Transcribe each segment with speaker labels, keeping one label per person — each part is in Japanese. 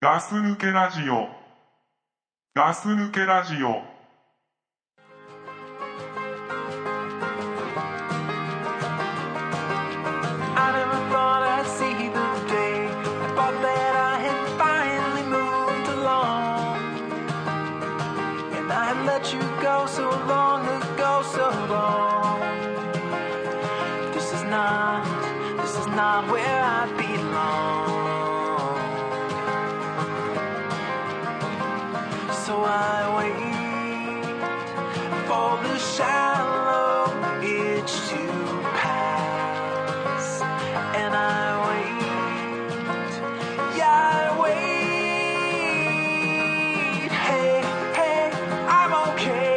Speaker 1: ガス抜けラジオ。ガス抜けラジオ。
Speaker 2: I never thought I'd see the day. I thought that I had finally moved along. And I had let you go so long ago, so long. This is not, this is not where I belong. So I wait for the shallow itch to pass. And I wait, yeah, I wait. Hey, hey, I'm okay.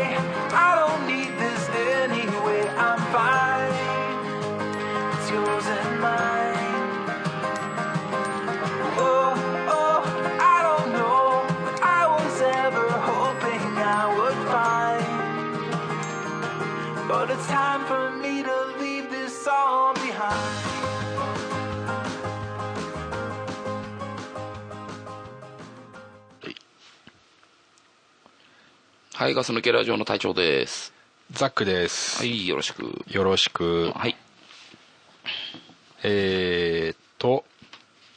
Speaker 2: I don't need this anyway. I'm fine. It's yours and mine. Oh, oh, I don't know what I was ever hoping I would find. But it's time for me to leave this all behind.
Speaker 3: はい、ガス抜けラジオの隊長です。
Speaker 4: ザックです、
Speaker 3: はい、よろしく。
Speaker 4: よろしく
Speaker 3: はい。
Speaker 4: えーっと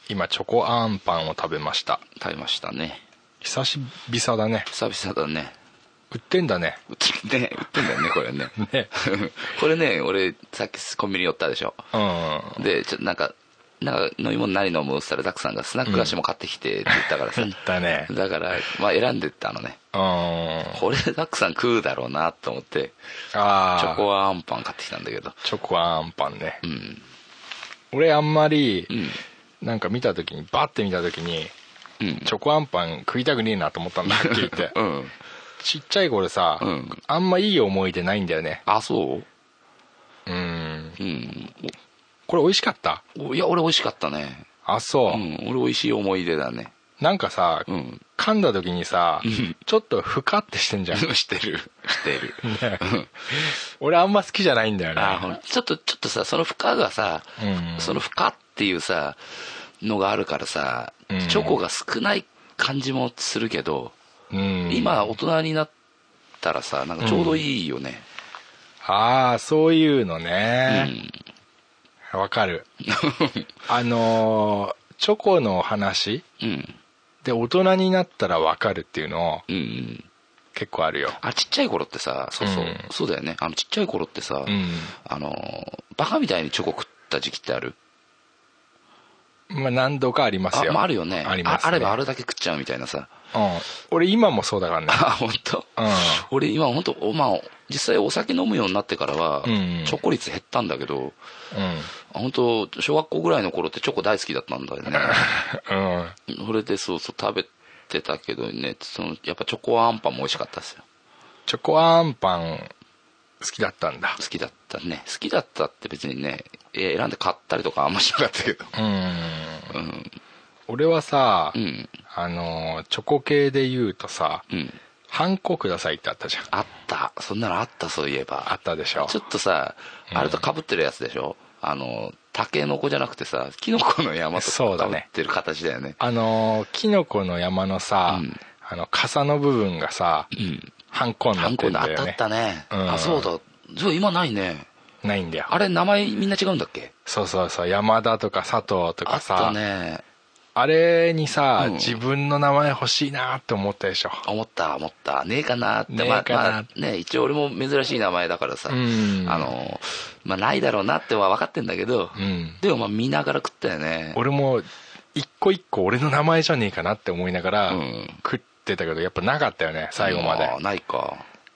Speaker 4: 今チョコあんパンを食べました
Speaker 3: 食べましたね。
Speaker 4: 久し々だね
Speaker 3: 久々だね。
Speaker 4: 売ってんだね
Speaker 3: 売って ね、売ってんだよね、これ ね。
Speaker 4: ね
Speaker 3: これね、俺、さっきコンビニ寄ったでしょ。
Speaker 4: うん
Speaker 3: で、ちょっとなんか、なんか飲み物何飲むって言ったら、ザックさんがスナック菓子も買ってきてって 言ったからさ。
Speaker 4: うん言ったね
Speaker 3: だから、まあ選んでったのね。
Speaker 4: うん
Speaker 3: これ、ザックさん食うだろうなと思って、
Speaker 4: あ
Speaker 3: チ
Speaker 4: チ
Speaker 3: ョ
Speaker 4: ョ
Speaker 3: コ
Speaker 4: コ
Speaker 3: アンパン買ってきたんだけど。
Speaker 4: チョコあんパンね、
Speaker 3: うん。
Speaker 4: 俺あんまり
Speaker 3: うん。
Speaker 4: なんか見た時にバッて見た時に
Speaker 3: うん。
Speaker 4: チョコあんパン食いたくねえなと思ったんだはっきり言って
Speaker 3: うん。
Speaker 4: ちっちゃい頃さ、
Speaker 3: うん
Speaker 4: あんまいい思い出ないんだよね
Speaker 3: あ、そう
Speaker 4: うん
Speaker 3: うん。
Speaker 4: これ美味しかった
Speaker 3: おいや、俺美味しかったね。
Speaker 4: あそう、
Speaker 3: うん。俺美味しい思い出だね。
Speaker 4: なんかさ、
Speaker 3: うん。
Speaker 4: 噛んだ時にさ
Speaker 3: うん
Speaker 4: ちょっとふかってしてんじゃん
Speaker 3: してるしてる
Speaker 4: 俺あんま好きじゃないんだよね
Speaker 3: あーほんちょっとちょっとさその負荷がさ、
Speaker 4: うん
Speaker 3: その負荷っていうさのがあるからさ、
Speaker 4: うん
Speaker 3: チョコが少ない感じもするけど、
Speaker 4: うん
Speaker 3: 今大人になったらさなんかちょうどいいよね
Speaker 4: ああそういうの
Speaker 3: うん、
Speaker 4: ねわ、かるあのーチョコの話
Speaker 3: うん
Speaker 4: で大人になったらわかるっていうの
Speaker 3: うん
Speaker 4: 結構あるよ
Speaker 3: あちっちゃい頃ってさそうそう、
Speaker 4: うん
Speaker 3: そうだよねあのちっちゃい頃ってさ、
Speaker 4: う
Speaker 3: あのーバカみたいにチョコ食った時期ってある
Speaker 4: んまあ何度かあります
Speaker 3: あ,、
Speaker 4: よ
Speaker 3: まあ、あるよね
Speaker 4: ありますね
Speaker 3: あればあるだけ食っちゃうみたいなさ
Speaker 4: うん俺今もそう だからね
Speaker 3: あ本当。
Speaker 4: うん
Speaker 3: 俺今本当おまあ実際お酒飲むようになってからは
Speaker 4: うん
Speaker 3: チョコ率減ったんだけど、
Speaker 4: うん
Speaker 3: あ本当小学校ぐらいの頃ってチョコ大好きだったんだよ ね
Speaker 4: うん
Speaker 3: それでそうそう食べてたけどねそのやっぱチョコあんパンも美味しかったですよ
Speaker 4: チョコあんパン好きだったんだ
Speaker 3: 好きだったね好きだったって別にねえ選んで買ったりとかあんましなかったけ ど
Speaker 4: うん
Speaker 3: うん
Speaker 4: 俺はさ、
Speaker 3: うん
Speaker 4: あのーチョコ系で言うとさ
Speaker 3: うん
Speaker 4: 「ハンコください」ってあったじゃん
Speaker 3: あったそんなのあったそういえば
Speaker 4: あったでしょ
Speaker 3: ちょっとさあれとかぶってるやつでしょ、あのタケノコじゃなくてさキノコの山と
Speaker 4: そう
Speaker 3: か
Speaker 4: だ
Speaker 3: ぶ
Speaker 4: ね
Speaker 3: ってる形だよね
Speaker 4: あのーキノコの山のさ、
Speaker 3: うん
Speaker 4: あの傘の部分がさ、
Speaker 3: うん
Speaker 4: ハンコに
Speaker 3: ハ
Speaker 4: なっ
Speaker 3: ン
Speaker 4: て
Speaker 3: コ
Speaker 4: ん
Speaker 3: だ
Speaker 4: だ
Speaker 3: 当
Speaker 4: よ
Speaker 3: たっ
Speaker 4: ね
Speaker 3: たね、
Speaker 4: うん
Speaker 3: あそうだそう今ないね
Speaker 4: ないんだよ
Speaker 3: あれ名前みんな違うんだっけ
Speaker 4: そうそうそう山田とか佐藤と
Speaker 3: あ
Speaker 4: か
Speaker 3: っ
Speaker 4: さ
Speaker 3: たね
Speaker 4: あれにさ、
Speaker 3: うん
Speaker 4: 自分の名前欲しいなって思ったでしょ
Speaker 3: 思った思ったねえかなって
Speaker 4: ねえ
Speaker 3: まあ
Speaker 4: かな
Speaker 3: まあね一応俺も珍しい名前だからさ、
Speaker 4: うん
Speaker 3: あのまあないだろうなっては分かってんだけど、
Speaker 4: うん
Speaker 3: でもまあ見ながら食ったよね
Speaker 4: 俺も一個一個俺の名前じゃねえかなって思いながら、
Speaker 3: うん
Speaker 4: 食ってたけどやっぱなかったよね最後まで
Speaker 3: あーないか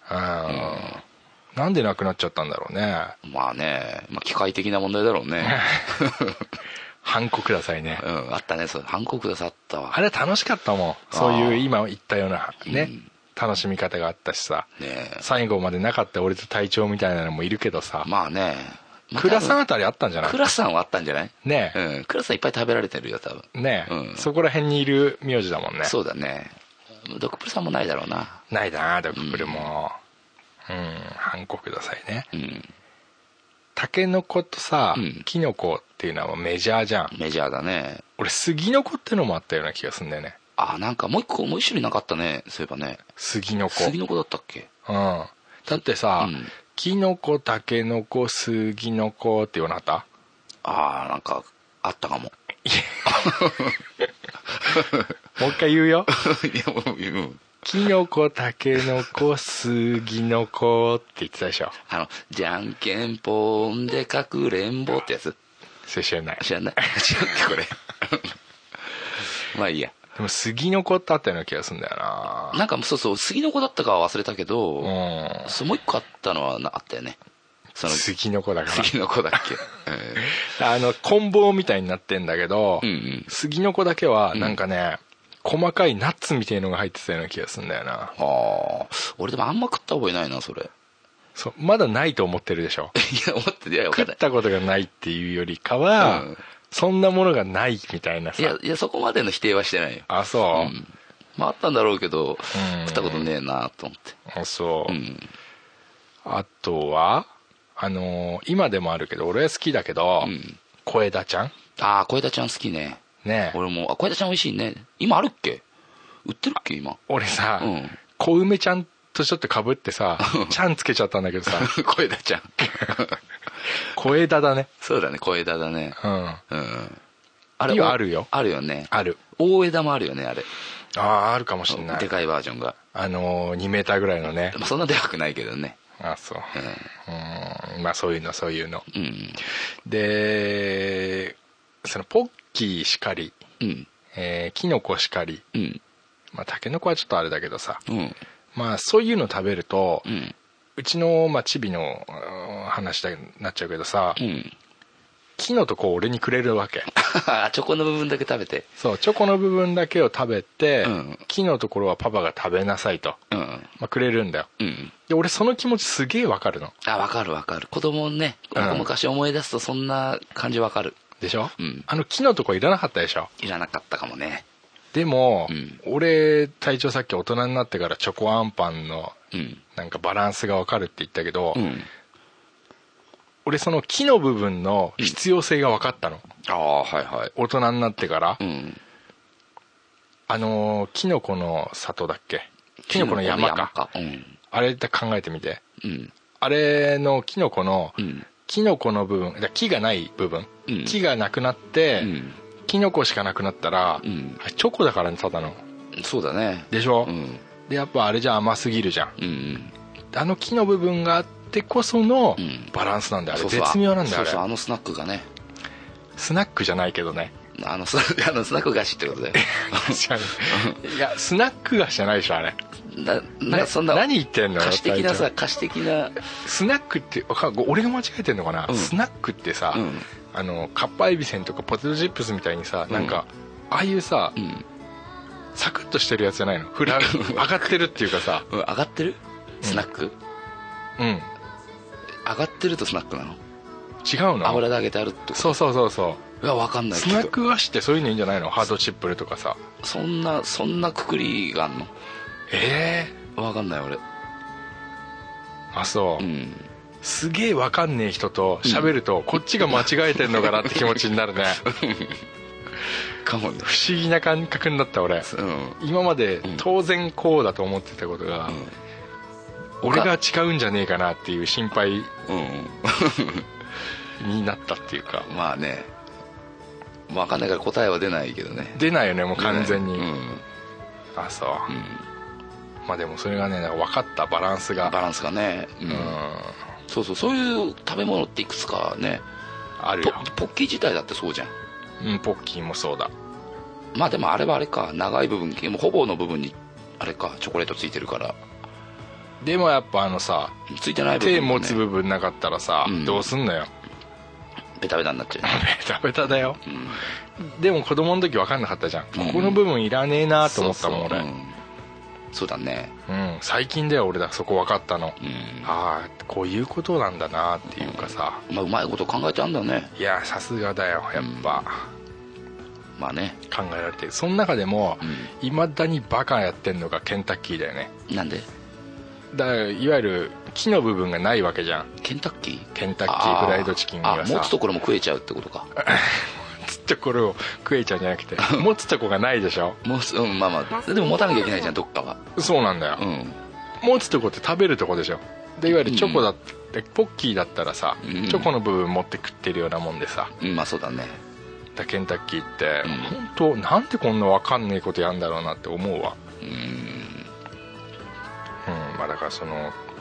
Speaker 4: うん、なんでなくなっちゃったんだろうね
Speaker 3: まあね、まあ、機械的な問題だろう ね
Speaker 4: ハンコくださいね
Speaker 3: うんあったねそうハンコくださったわ
Speaker 4: あれ楽しかったもんそういう今言ったようなね、楽しみ方があったしさ
Speaker 3: ねえ
Speaker 4: 最後までなかった俺と隊長みたいなのもいるけどさ、
Speaker 3: まあねまあ
Speaker 4: クラさん
Speaker 3: 多
Speaker 4: あたりあったんじゃな
Speaker 3: 分
Speaker 4: い
Speaker 3: クラさんはあったんじゃない
Speaker 4: ねえ、
Speaker 3: うん、クラスはいっぱい食べられてるよ多分
Speaker 4: ねえ、
Speaker 3: うん
Speaker 4: そこら辺にいる名字だもんね
Speaker 3: そうだねドクプルさんもないだろうな
Speaker 4: ないだなドクプルもうん、ハンコくださいね
Speaker 3: うん
Speaker 4: タケノコとさ、
Speaker 3: うん
Speaker 4: キノコっていうのはメジャーじゃん
Speaker 3: メジャーだね
Speaker 4: 俺スギノコってのもあったような気がすんだよね
Speaker 3: あなんかもう一個もう一種類なかったねそういえばね
Speaker 4: 杉の子
Speaker 3: 杉の子だったっけ
Speaker 4: うん、だってさ、
Speaker 3: うん
Speaker 4: キノコタケノコ杉の子って言わなかっ
Speaker 3: ああなんかあった かも
Speaker 4: たもう一回言 うよ
Speaker 3: いやもううん
Speaker 4: キノコタケノコ杉の子って言ってたでしょ
Speaker 3: あのじゃんけんぽんでかくれんぼってやつ
Speaker 4: それ知らない
Speaker 3: 知らない知らんってこれ まあいいや
Speaker 4: でも杉の子ってあったような気がするんだよな
Speaker 3: なんかそうそう杉の子だったかは忘れたけど、
Speaker 4: う
Speaker 3: そうもう一個あったのはなあったよねそ
Speaker 4: ん
Speaker 3: の
Speaker 4: 杉の子だか
Speaker 3: 杉の子だっけ、え
Speaker 4: らあの棍棒みたいになってんだけど、
Speaker 3: うんうん
Speaker 4: 杉の子だけはなんかね、細かいナッツみたいのが入ってたような気がするんだよな
Speaker 3: ー、ああ俺でもあんま食った覚えないなそれい
Speaker 4: そうまだないと思ってるでしょ
Speaker 3: や思っていや分かん
Speaker 4: 食
Speaker 3: な
Speaker 4: っ
Speaker 3: い
Speaker 4: たことがないっていうよりかは、
Speaker 3: うん
Speaker 4: そんなものがないみたいない
Speaker 3: や
Speaker 4: さ
Speaker 3: いやそこまでの否定はしてないよ
Speaker 4: あ
Speaker 3: う、
Speaker 4: そう
Speaker 3: んまああったんだろうけど、
Speaker 4: ん
Speaker 3: 食ったことねえなと思って
Speaker 4: あそう、
Speaker 3: うん
Speaker 4: あとはあのー今でもあるけど俺は好きだけど、
Speaker 3: うん
Speaker 4: 小枝ちゃん
Speaker 3: ああ小枝ちゃん好きね
Speaker 4: ねえ
Speaker 3: 俺もあ小枝ちゃん美味しいね今あるっけ売ってるっけ今
Speaker 4: 俺さ、
Speaker 3: うん
Speaker 4: 小梅ちゃんとちょっとかぶってさ「ちゃん」つけちゃったんだけど さ
Speaker 3: 小枝ちゃん
Speaker 4: 小枝だね
Speaker 3: そうだね小枝だね
Speaker 4: うん
Speaker 3: うんあれ
Speaker 4: 今あるよ
Speaker 3: あるよね
Speaker 4: ある
Speaker 3: 大枝もあるよねあれ
Speaker 4: あああるかもしんな
Speaker 3: で
Speaker 4: い
Speaker 3: かいバージョンが、
Speaker 4: あのー、2メーターぐらいのね
Speaker 3: まあ、そんなでかくないけどね
Speaker 4: あそううんまあそういうのそういうの
Speaker 3: うん
Speaker 4: でそのポッキーしかり、
Speaker 3: うん
Speaker 4: えーキノコしかり
Speaker 3: うん
Speaker 4: まあタケノコはちょっとあれだけどさ
Speaker 3: うん
Speaker 4: まあそういうの食べると、
Speaker 3: う
Speaker 4: うんちの、まあ、チビのうん話だになっちゃうけどさ、
Speaker 3: うん
Speaker 4: 木のとこ俺にくれるわけ
Speaker 3: あチョコの部分だけ食べて
Speaker 4: そうチョコの部分だけを食べて、
Speaker 3: うん
Speaker 4: 木のところはパパが食べなさいと、
Speaker 3: うん
Speaker 4: まあ、くれるんだよ
Speaker 3: うん
Speaker 4: で俺その気持ちすげえわかるの
Speaker 3: あわかるわかる子供ね、
Speaker 4: うん
Speaker 3: 昔思い出すとそんな感じわかる
Speaker 4: でしょ、
Speaker 3: うん
Speaker 4: あの木のとこいらなかったでしょ
Speaker 3: いらなかったかもね
Speaker 4: でも、
Speaker 3: うん
Speaker 4: 俺隊長さっき大人になってからチョコアンパンの
Speaker 3: うん
Speaker 4: なんかバランスがわかるって言ったけど、
Speaker 3: うん
Speaker 4: 俺その木の部分の必要性が分かったの、
Speaker 3: ああはいはい
Speaker 4: 大人になってから、
Speaker 3: うん
Speaker 4: あのーキノコの里だっけキノコの山か
Speaker 3: うん
Speaker 4: あれって考えてみて
Speaker 3: うん
Speaker 4: あれのキノコの、
Speaker 3: うん
Speaker 4: キノコの部分だから木がない部分、
Speaker 3: うん
Speaker 4: 木がなくなって、
Speaker 3: うん
Speaker 4: キノコしかなくなったら、
Speaker 3: うん
Speaker 4: あれチョコだからねただの
Speaker 3: そうだね
Speaker 4: でしょ、
Speaker 3: うん
Speaker 4: でやっぱあれじゃ甘すぎるじゃん
Speaker 3: うん
Speaker 4: あの木の部分があってこその
Speaker 3: うん
Speaker 4: バランスなんだよあれ
Speaker 3: そうそう
Speaker 4: 絶妙なんだよ
Speaker 3: そう
Speaker 4: あれ
Speaker 3: そうあのスナックがね
Speaker 4: スナックじゃないけどね
Speaker 3: あのス あのスナック菓子ってことだよ
Speaker 4: 確かにいやスナック菓子じゃないでしょあれ
Speaker 3: ななんかそんな
Speaker 4: な何言ってんのよ
Speaker 3: 歌詞的な
Speaker 4: 大
Speaker 3: さ歌詞的な
Speaker 4: スナックってわかん俺が間違えてんのかな、
Speaker 3: うん
Speaker 4: スナックってさ、
Speaker 3: うん
Speaker 4: あのカッパエビせんとかポテトチップスみたいにさなんか、ああいうさ、
Speaker 3: うん
Speaker 4: サクッとしてるやつじゃないのフラ上がってるっていうかさ
Speaker 3: うん上がってるスナック
Speaker 4: うん違う
Speaker 3: 上がってるとスナックなの
Speaker 4: の
Speaker 3: 油で揚げてあるってこと
Speaker 4: そうそうそうそ
Speaker 3: いやわかん
Speaker 4: う
Speaker 3: ない
Speaker 4: ス
Speaker 3: けど
Speaker 4: ナック菓子ってそういうのいいんじゃないのハードチップルとかさ
Speaker 3: そんなそんなくくりがあんの
Speaker 4: え
Speaker 3: わかんない俺
Speaker 4: えあそう、
Speaker 3: うん
Speaker 4: すげえわかんねえ人と喋るとこっちが間違えてんのかなって気持ちになる ね
Speaker 3: かも
Speaker 4: 不思議な感覚になった俺
Speaker 3: うん
Speaker 4: 今まで
Speaker 3: ん
Speaker 4: 当然こうだと思ってたことが、
Speaker 3: ん
Speaker 4: 俺が違うんじゃねえかなっていう心配
Speaker 3: う
Speaker 4: になったっていうか
Speaker 3: んまあねわかんないから答えは出ないけどね
Speaker 4: 出ないよねもう完全に、
Speaker 3: うん
Speaker 4: あそう、
Speaker 3: うん
Speaker 4: まあでもそれがねなんか分かったバランスが
Speaker 3: バランスがねう
Speaker 4: うんん
Speaker 3: そうそうそういう食べ物っていくつかね
Speaker 4: ある
Speaker 3: ポ
Speaker 4: よ、
Speaker 3: ポッキー自体だってそうじゃん
Speaker 4: うん、ポッキーもそうだ
Speaker 3: まあでもあれはあれか長い部分もうほぼの部分にあれかチョコレートついてるから
Speaker 4: でもやっぱあのさ
Speaker 3: ついてない部分、ね、
Speaker 4: 手持つ部分なかったらさ、
Speaker 3: うん
Speaker 4: どうすんのよ
Speaker 3: ベタベタになっちゃう
Speaker 4: ベタベタだよ、でも子供の時分かんなかったじゃん、
Speaker 3: うん
Speaker 4: ここの部分いらねえなと思ったもん
Speaker 3: そう
Speaker 4: 俺
Speaker 3: そう,、うんそうだね
Speaker 4: うん、最近だよ俺だそこ分かったの、
Speaker 3: うん
Speaker 4: ああこういうことなんだなっていうかさ、
Speaker 3: まあうまいこと考えてあんだね
Speaker 4: いやさすがだよやっぱ、
Speaker 3: まあね
Speaker 4: 考えられてるその中でも
Speaker 3: う
Speaker 4: いま、未だにバカやってんのがケンタッキーだよね
Speaker 3: なんで
Speaker 4: だからいわゆる木の部分がないわけじゃん
Speaker 3: ケンタッキー
Speaker 4: ケンタッキーフライドチキンには
Speaker 3: あーあ持
Speaker 4: さ
Speaker 3: つところも食えちゃうってことか
Speaker 4: つところを食えちゃうんじゃなくて持つとこがないでしょ
Speaker 3: もうすうんまあまあでも持たなきゃいけないじゃんどっかは
Speaker 4: そうなんだよ、
Speaker 3: うん
Speaker 4: 持つとこって食べるとこでしょでいわゆるチョコだって、ポッキーだったらさ、
Speaker 3: うん
Speaker 4: チョコの部分持って食ってるようなもんでさ
Speaker 3: うんまあそうだね
Speaker 4: だケンタッキーって、
Speaker 3: う
Speaker 4: 本当なんでこんな分かんねえことやんだろうなって思うわ
Speaker 3: うん
Speaker 4: うんまあだからその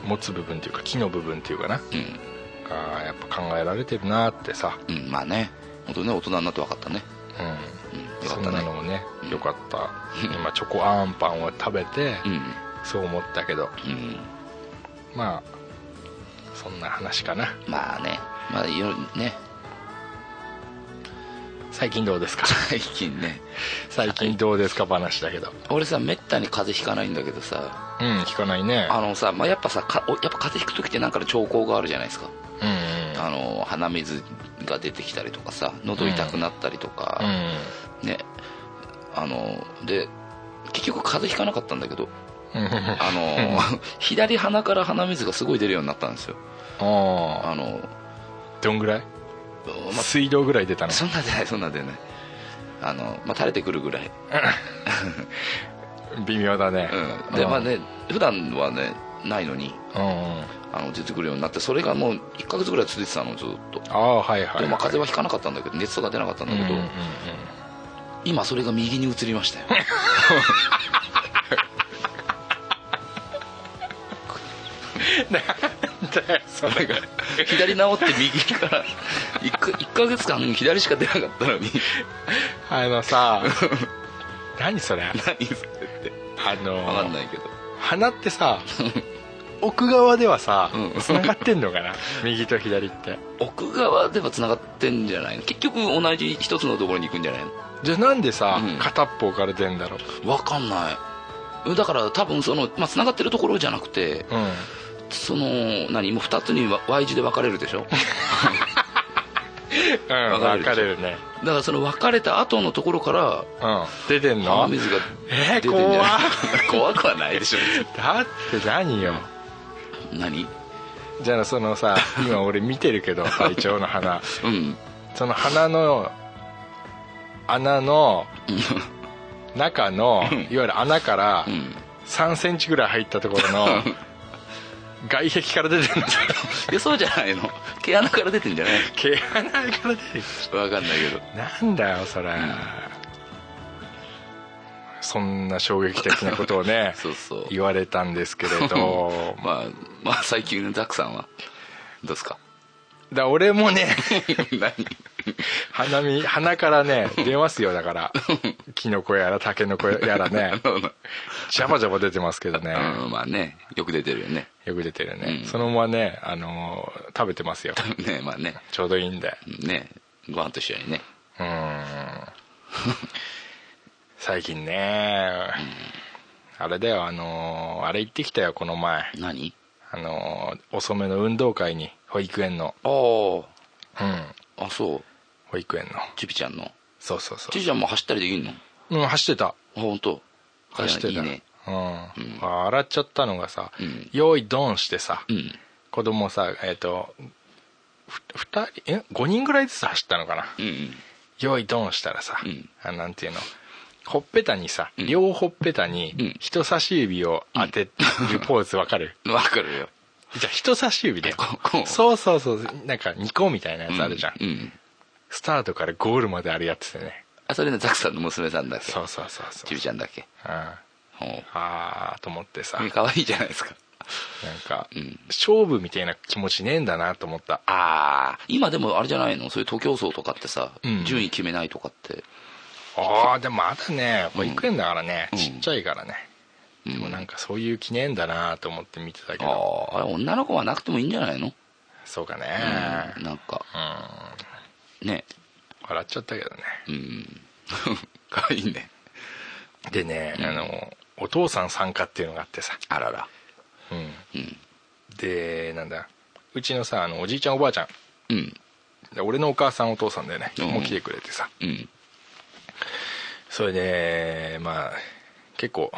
Speaker 4: 持つ部分っていうか木の部分っていうかな
Speaker 3: うん
Speaker 4: あーやっぱ考えられてるなってさ、
Speaker 3: うんまあね本当にね大人になって分かったね
Speaker 4: う
Speaker 3: うん
Speaker 4: ん、
Speaker 3: よか
Speaker 4: そ
Speaker 3: っ
Speaker 4: ん
Speaker 3: た
Speaker 4: な
Speaker 3: ね
Speaker 4: のもねよかった今チョコあんパンを食べて
Speaker 3: うん
Speaker 4: そう思ったけど
Speaker 3: うん
Speaker 4: まあそんな話かな
Speaker 3: まあねまあいろいろね
Speaker 4: 最近どうですか
Speaker 3: 最近ね
Speaker 4: 最近どうですか話だけど
Speaker 3: 俺さめったに風邪ひかないんだけどさ
Speaker 4: うん聞かないね
Speaker 3: あのさ、まあ、やっぱさかおやっぱ風邪ひく時ってなんかの兆候があるじゃないですか
Speaker 4: うんうん
Speaker 3: あの鼻水が出てきたりとかさ喉痛くなったりと
Speaker 4: う
Speaker 3: か、
Speaker 4: ん
Speaker 3: ねあので結局風邪ひかなかったんだけど
Speaker 4: うんうん
Speaker 3: あの 左鼻から鼻水がすごい出るようになったんですよ
Speaker 4: あ
Speaker 3: あの、
Speaker 4: ーどんぐらい
Speaker 3: ま
Speaker 4: 水道ぐらい出た
Speaker 3: あ、
Speaker 4: の
Speaker 3: そんなんじゃないそんなんじゃないあの、まあ、垂れてくるぐらい、
Speaker 4: 微妙だね
Speaker 3: うん、でまあね普段はねないのに
Speaker 4: うんうん
Speaker 3: あの出てくるようになってそれがもう1ヶ月ぐらい続いてたのずっと
Speaker 4: ああはいはい
Speaker 3: でもまあ風邪はひかなかったんだけど熱とか出なかったんだけど、
Speaker 4: うんうんうん
Speaker 3: 今それが右に移りましたよ
Speaker 4: なんだよそれが
Speaker 3: 左治って右から1か1ヶ月間左しか出なかったのに
Speaker 4: あのさ何それ
Speaker 3: 何それって
Speaker 4: あ
Speaker 3: 分かん
Speaker 4: の
Speaker 3: ないけど
Speaker 4: 鼻ってさ奥側ではさ
Speaker 3: うん
Speaker 4: 繋がってんの かな右と左って
Speaker 3: 奥側では繋がってんじゃないの結局同じ一つのところに行くんじゃないの
Speaker 4: じゃあなんでさ
Speaker 3: うん
Speaker 4: 片っぽから出んだろう
Speaker 3: 分かんないだから多分その、まあ、繋がってるところじゃなくて
Speaker 4: うん
Speaker 3: その何もう2つにわ Y 字で分かれるで しょ
Speaker 4: うん
Speaker 3: かれる
Speaker 4: 分かれるね
Speaker 3: だからその分かれた後のところから
Speaker 4: うん出てん
Speaker 3: 鼻
Speaker 4: の
Speaker 3: 水が出
Speaker 4: え
Speaker 3: て
Speaker 4: ー
Speaker 3: んじゃない
Speaker 4: 怖
Speaker 3: 怖くはないでしょ
Speaker 4: だって何よ
Speaker 3: 何
Speaker 4: じゃあそのさ今俺見てる けど最長の鼻
Speaker 3: うん
Speaker 4: その鼻の穴の中のいわゆる穴から
Speaker 3: うん
Speaker 4: 3センチぐらい入ったところの外壁から出てるんだよ
Speaker 3: えそうじゃないの毛穴から出てんじゃない
Speaker 4: 毛穴から出てる
Speaker 3: 分かんないけど
Speaker 4: なんだよそれ、そんな衝撃的なことをね
Speaker 3: そうそう
Speaker 4: 言われたんですけれど
Speaker 3: まあまあ最近のザクさんはどうです か
Speaker 4: だ俺もね
Speaker 3: 何
Speaker 4: 鼻み鼻からね出ますよ だからキノコやらタケノコやらねジャバジャバ出てますけどね
Speaker 3: うんまあねよく出てるよね
Speaker 4: よく出てるね、
Speaker 3: うん
Speaker 4: そのままね、あのー食べてますよ
Speaker 3: ねまあね
Speaker 4: ちょうどいいんで
Speaker 3: ねご飯と一緒にね
Speaker 4: う ーん最近ね、あれだよあのーあれ行ってきたよこの前
Speaker 3: 何
Speaker 4: あのー遅めの運動会に保育園の
Speaker 3: あー
Speaker 4: うん
Speaker 3: あそう
Speaker 4: 保育園の
Speaker 3: チュピちゃんの
Speaker 4: そうそうそ
Speaker 3: チュピちゃんも走ったりできんのあ
Speaker 4: う、うん、走ってた
Speaker 3: 本当
Speaker 4: 走ってた
Speaker 3: いいね
Speaker 4: うん、あ洗っちゃったのがさ
Speaker 3: うん
Speaker 4: 「用意ドン」してさ、
Speaker 3: うん
Speaker 4: 子供さえっ、とふ二人え5人ぐらいずつ走ったのかな
Speaker 3: うんうん
Speaker 4: 用意ドンしたらさ、
Speaker 3: うん
Speaker 4: あなんていうのほっぺたにさ、
Speaker 3: ん
Speaker 4: 両ほっぺた
Speaker 3: うん
Speaker 4: に人差し指を当てるポーズわか る、
Speaker 3: わかるよ
Speaker 4: じゃあ人差し指で
Speaker 3: こうこう
Speaker 4: そうそうそうなんか2個みたいなやつあるじゃん、
Speaker 3: うん、うん
Speaker 4: スタートからゴールまであれやっててね
Speaker 3: あそれねザクさんの娘さんだっけ
Speaker 4: そうそうそうそ
Speaker 3: チュ
Speaker 4: う、
Speaker 3: ピちゃんだっけ
Speaker 4: うん、あ
Speaker 3: ほう
Speaker 4: あーと思ってさなん
Speaker 3: 可愛いじゃないですか
Speaker 4: か、
Speaker 3: うん
Speaker 4: 勝負みたいな気持ちねえんだなと思った
Speaker 3: ああ今でもあれじゃないのそういう徒競走とかってさ、
Speaker 4: うん
Speaker 3: 順位決めないとかって
Speaker 4: ああでもまだね保育園だからね、
Speaker 3: うん
Speaker 4: ちっちゃいからね、
Speaker 3: うん
Speaker 4: でもなんかそういう記念だなと思って見てたけ
Speaker 3: あ
Speaker 4: ど
Speaker 3: ああれ女の子はなくてもいいんじゃないの、
Speaker 4: そうかね
Speaker 3: うんなんか
Speaker 4: うん、
Speaker 3: ね
Speaker 4: 笑っちゃったけどね
Speaker 3: うん可愛いね
Speaker 4: でね、あのお父さん参加っていうのがあってさ、
Speaker 3: あらら
Speaker 4: うん、
Speaker 3: うん
Speaker 4: でなんだうちのさあのおじいちゃんおばあちゃん
Speaker 3: うん
Speaker 4: で俺のお母さんお父さんだよね、
Speaker 3: うん
Speaker 4: もう来てくれてさ
Speaker 3: うん
Speaker 4: それでまあ結構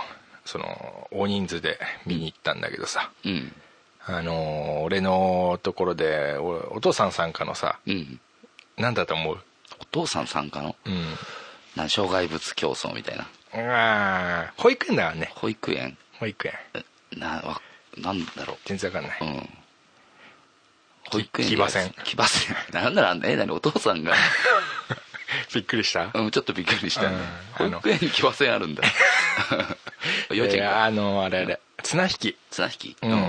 Speaker 4: その大人数で見に行ったんだけどさ、
Speaker 3: うん
Speaker 4: あのー俺のところでおお父さん参加のさ
Speaker 3: うん
Speaker 4: なんだと思う
Speaker 3: お父さん参加の
Speaker 4: うん
Speaker 3: なん障害物競争みたいな
Speaker 4: あー保育園だよね
Speaker 3: 保育園
Speaker 4: 保育園
Speaker 3: なわなんだろ
Speaker 4: 全然わかんないう
Speaker 3: うん保育園
Speaker 4: 騎馬戦
Speaker 3: 騎馬戦なんならえ何お父さんが
Speaker 4: びっくりした
Speaker 3: うんちょっとびっくりしたね保
Speaker 4: うんあの
Speaker 3: 育園に騎馬戦あるんだ幼稚園
Speaker 4: い
Speaker 3: か
Speaker 4: やあのあれあれ綱引き
Speaker 3: 綱引き
Speaker 4: うん、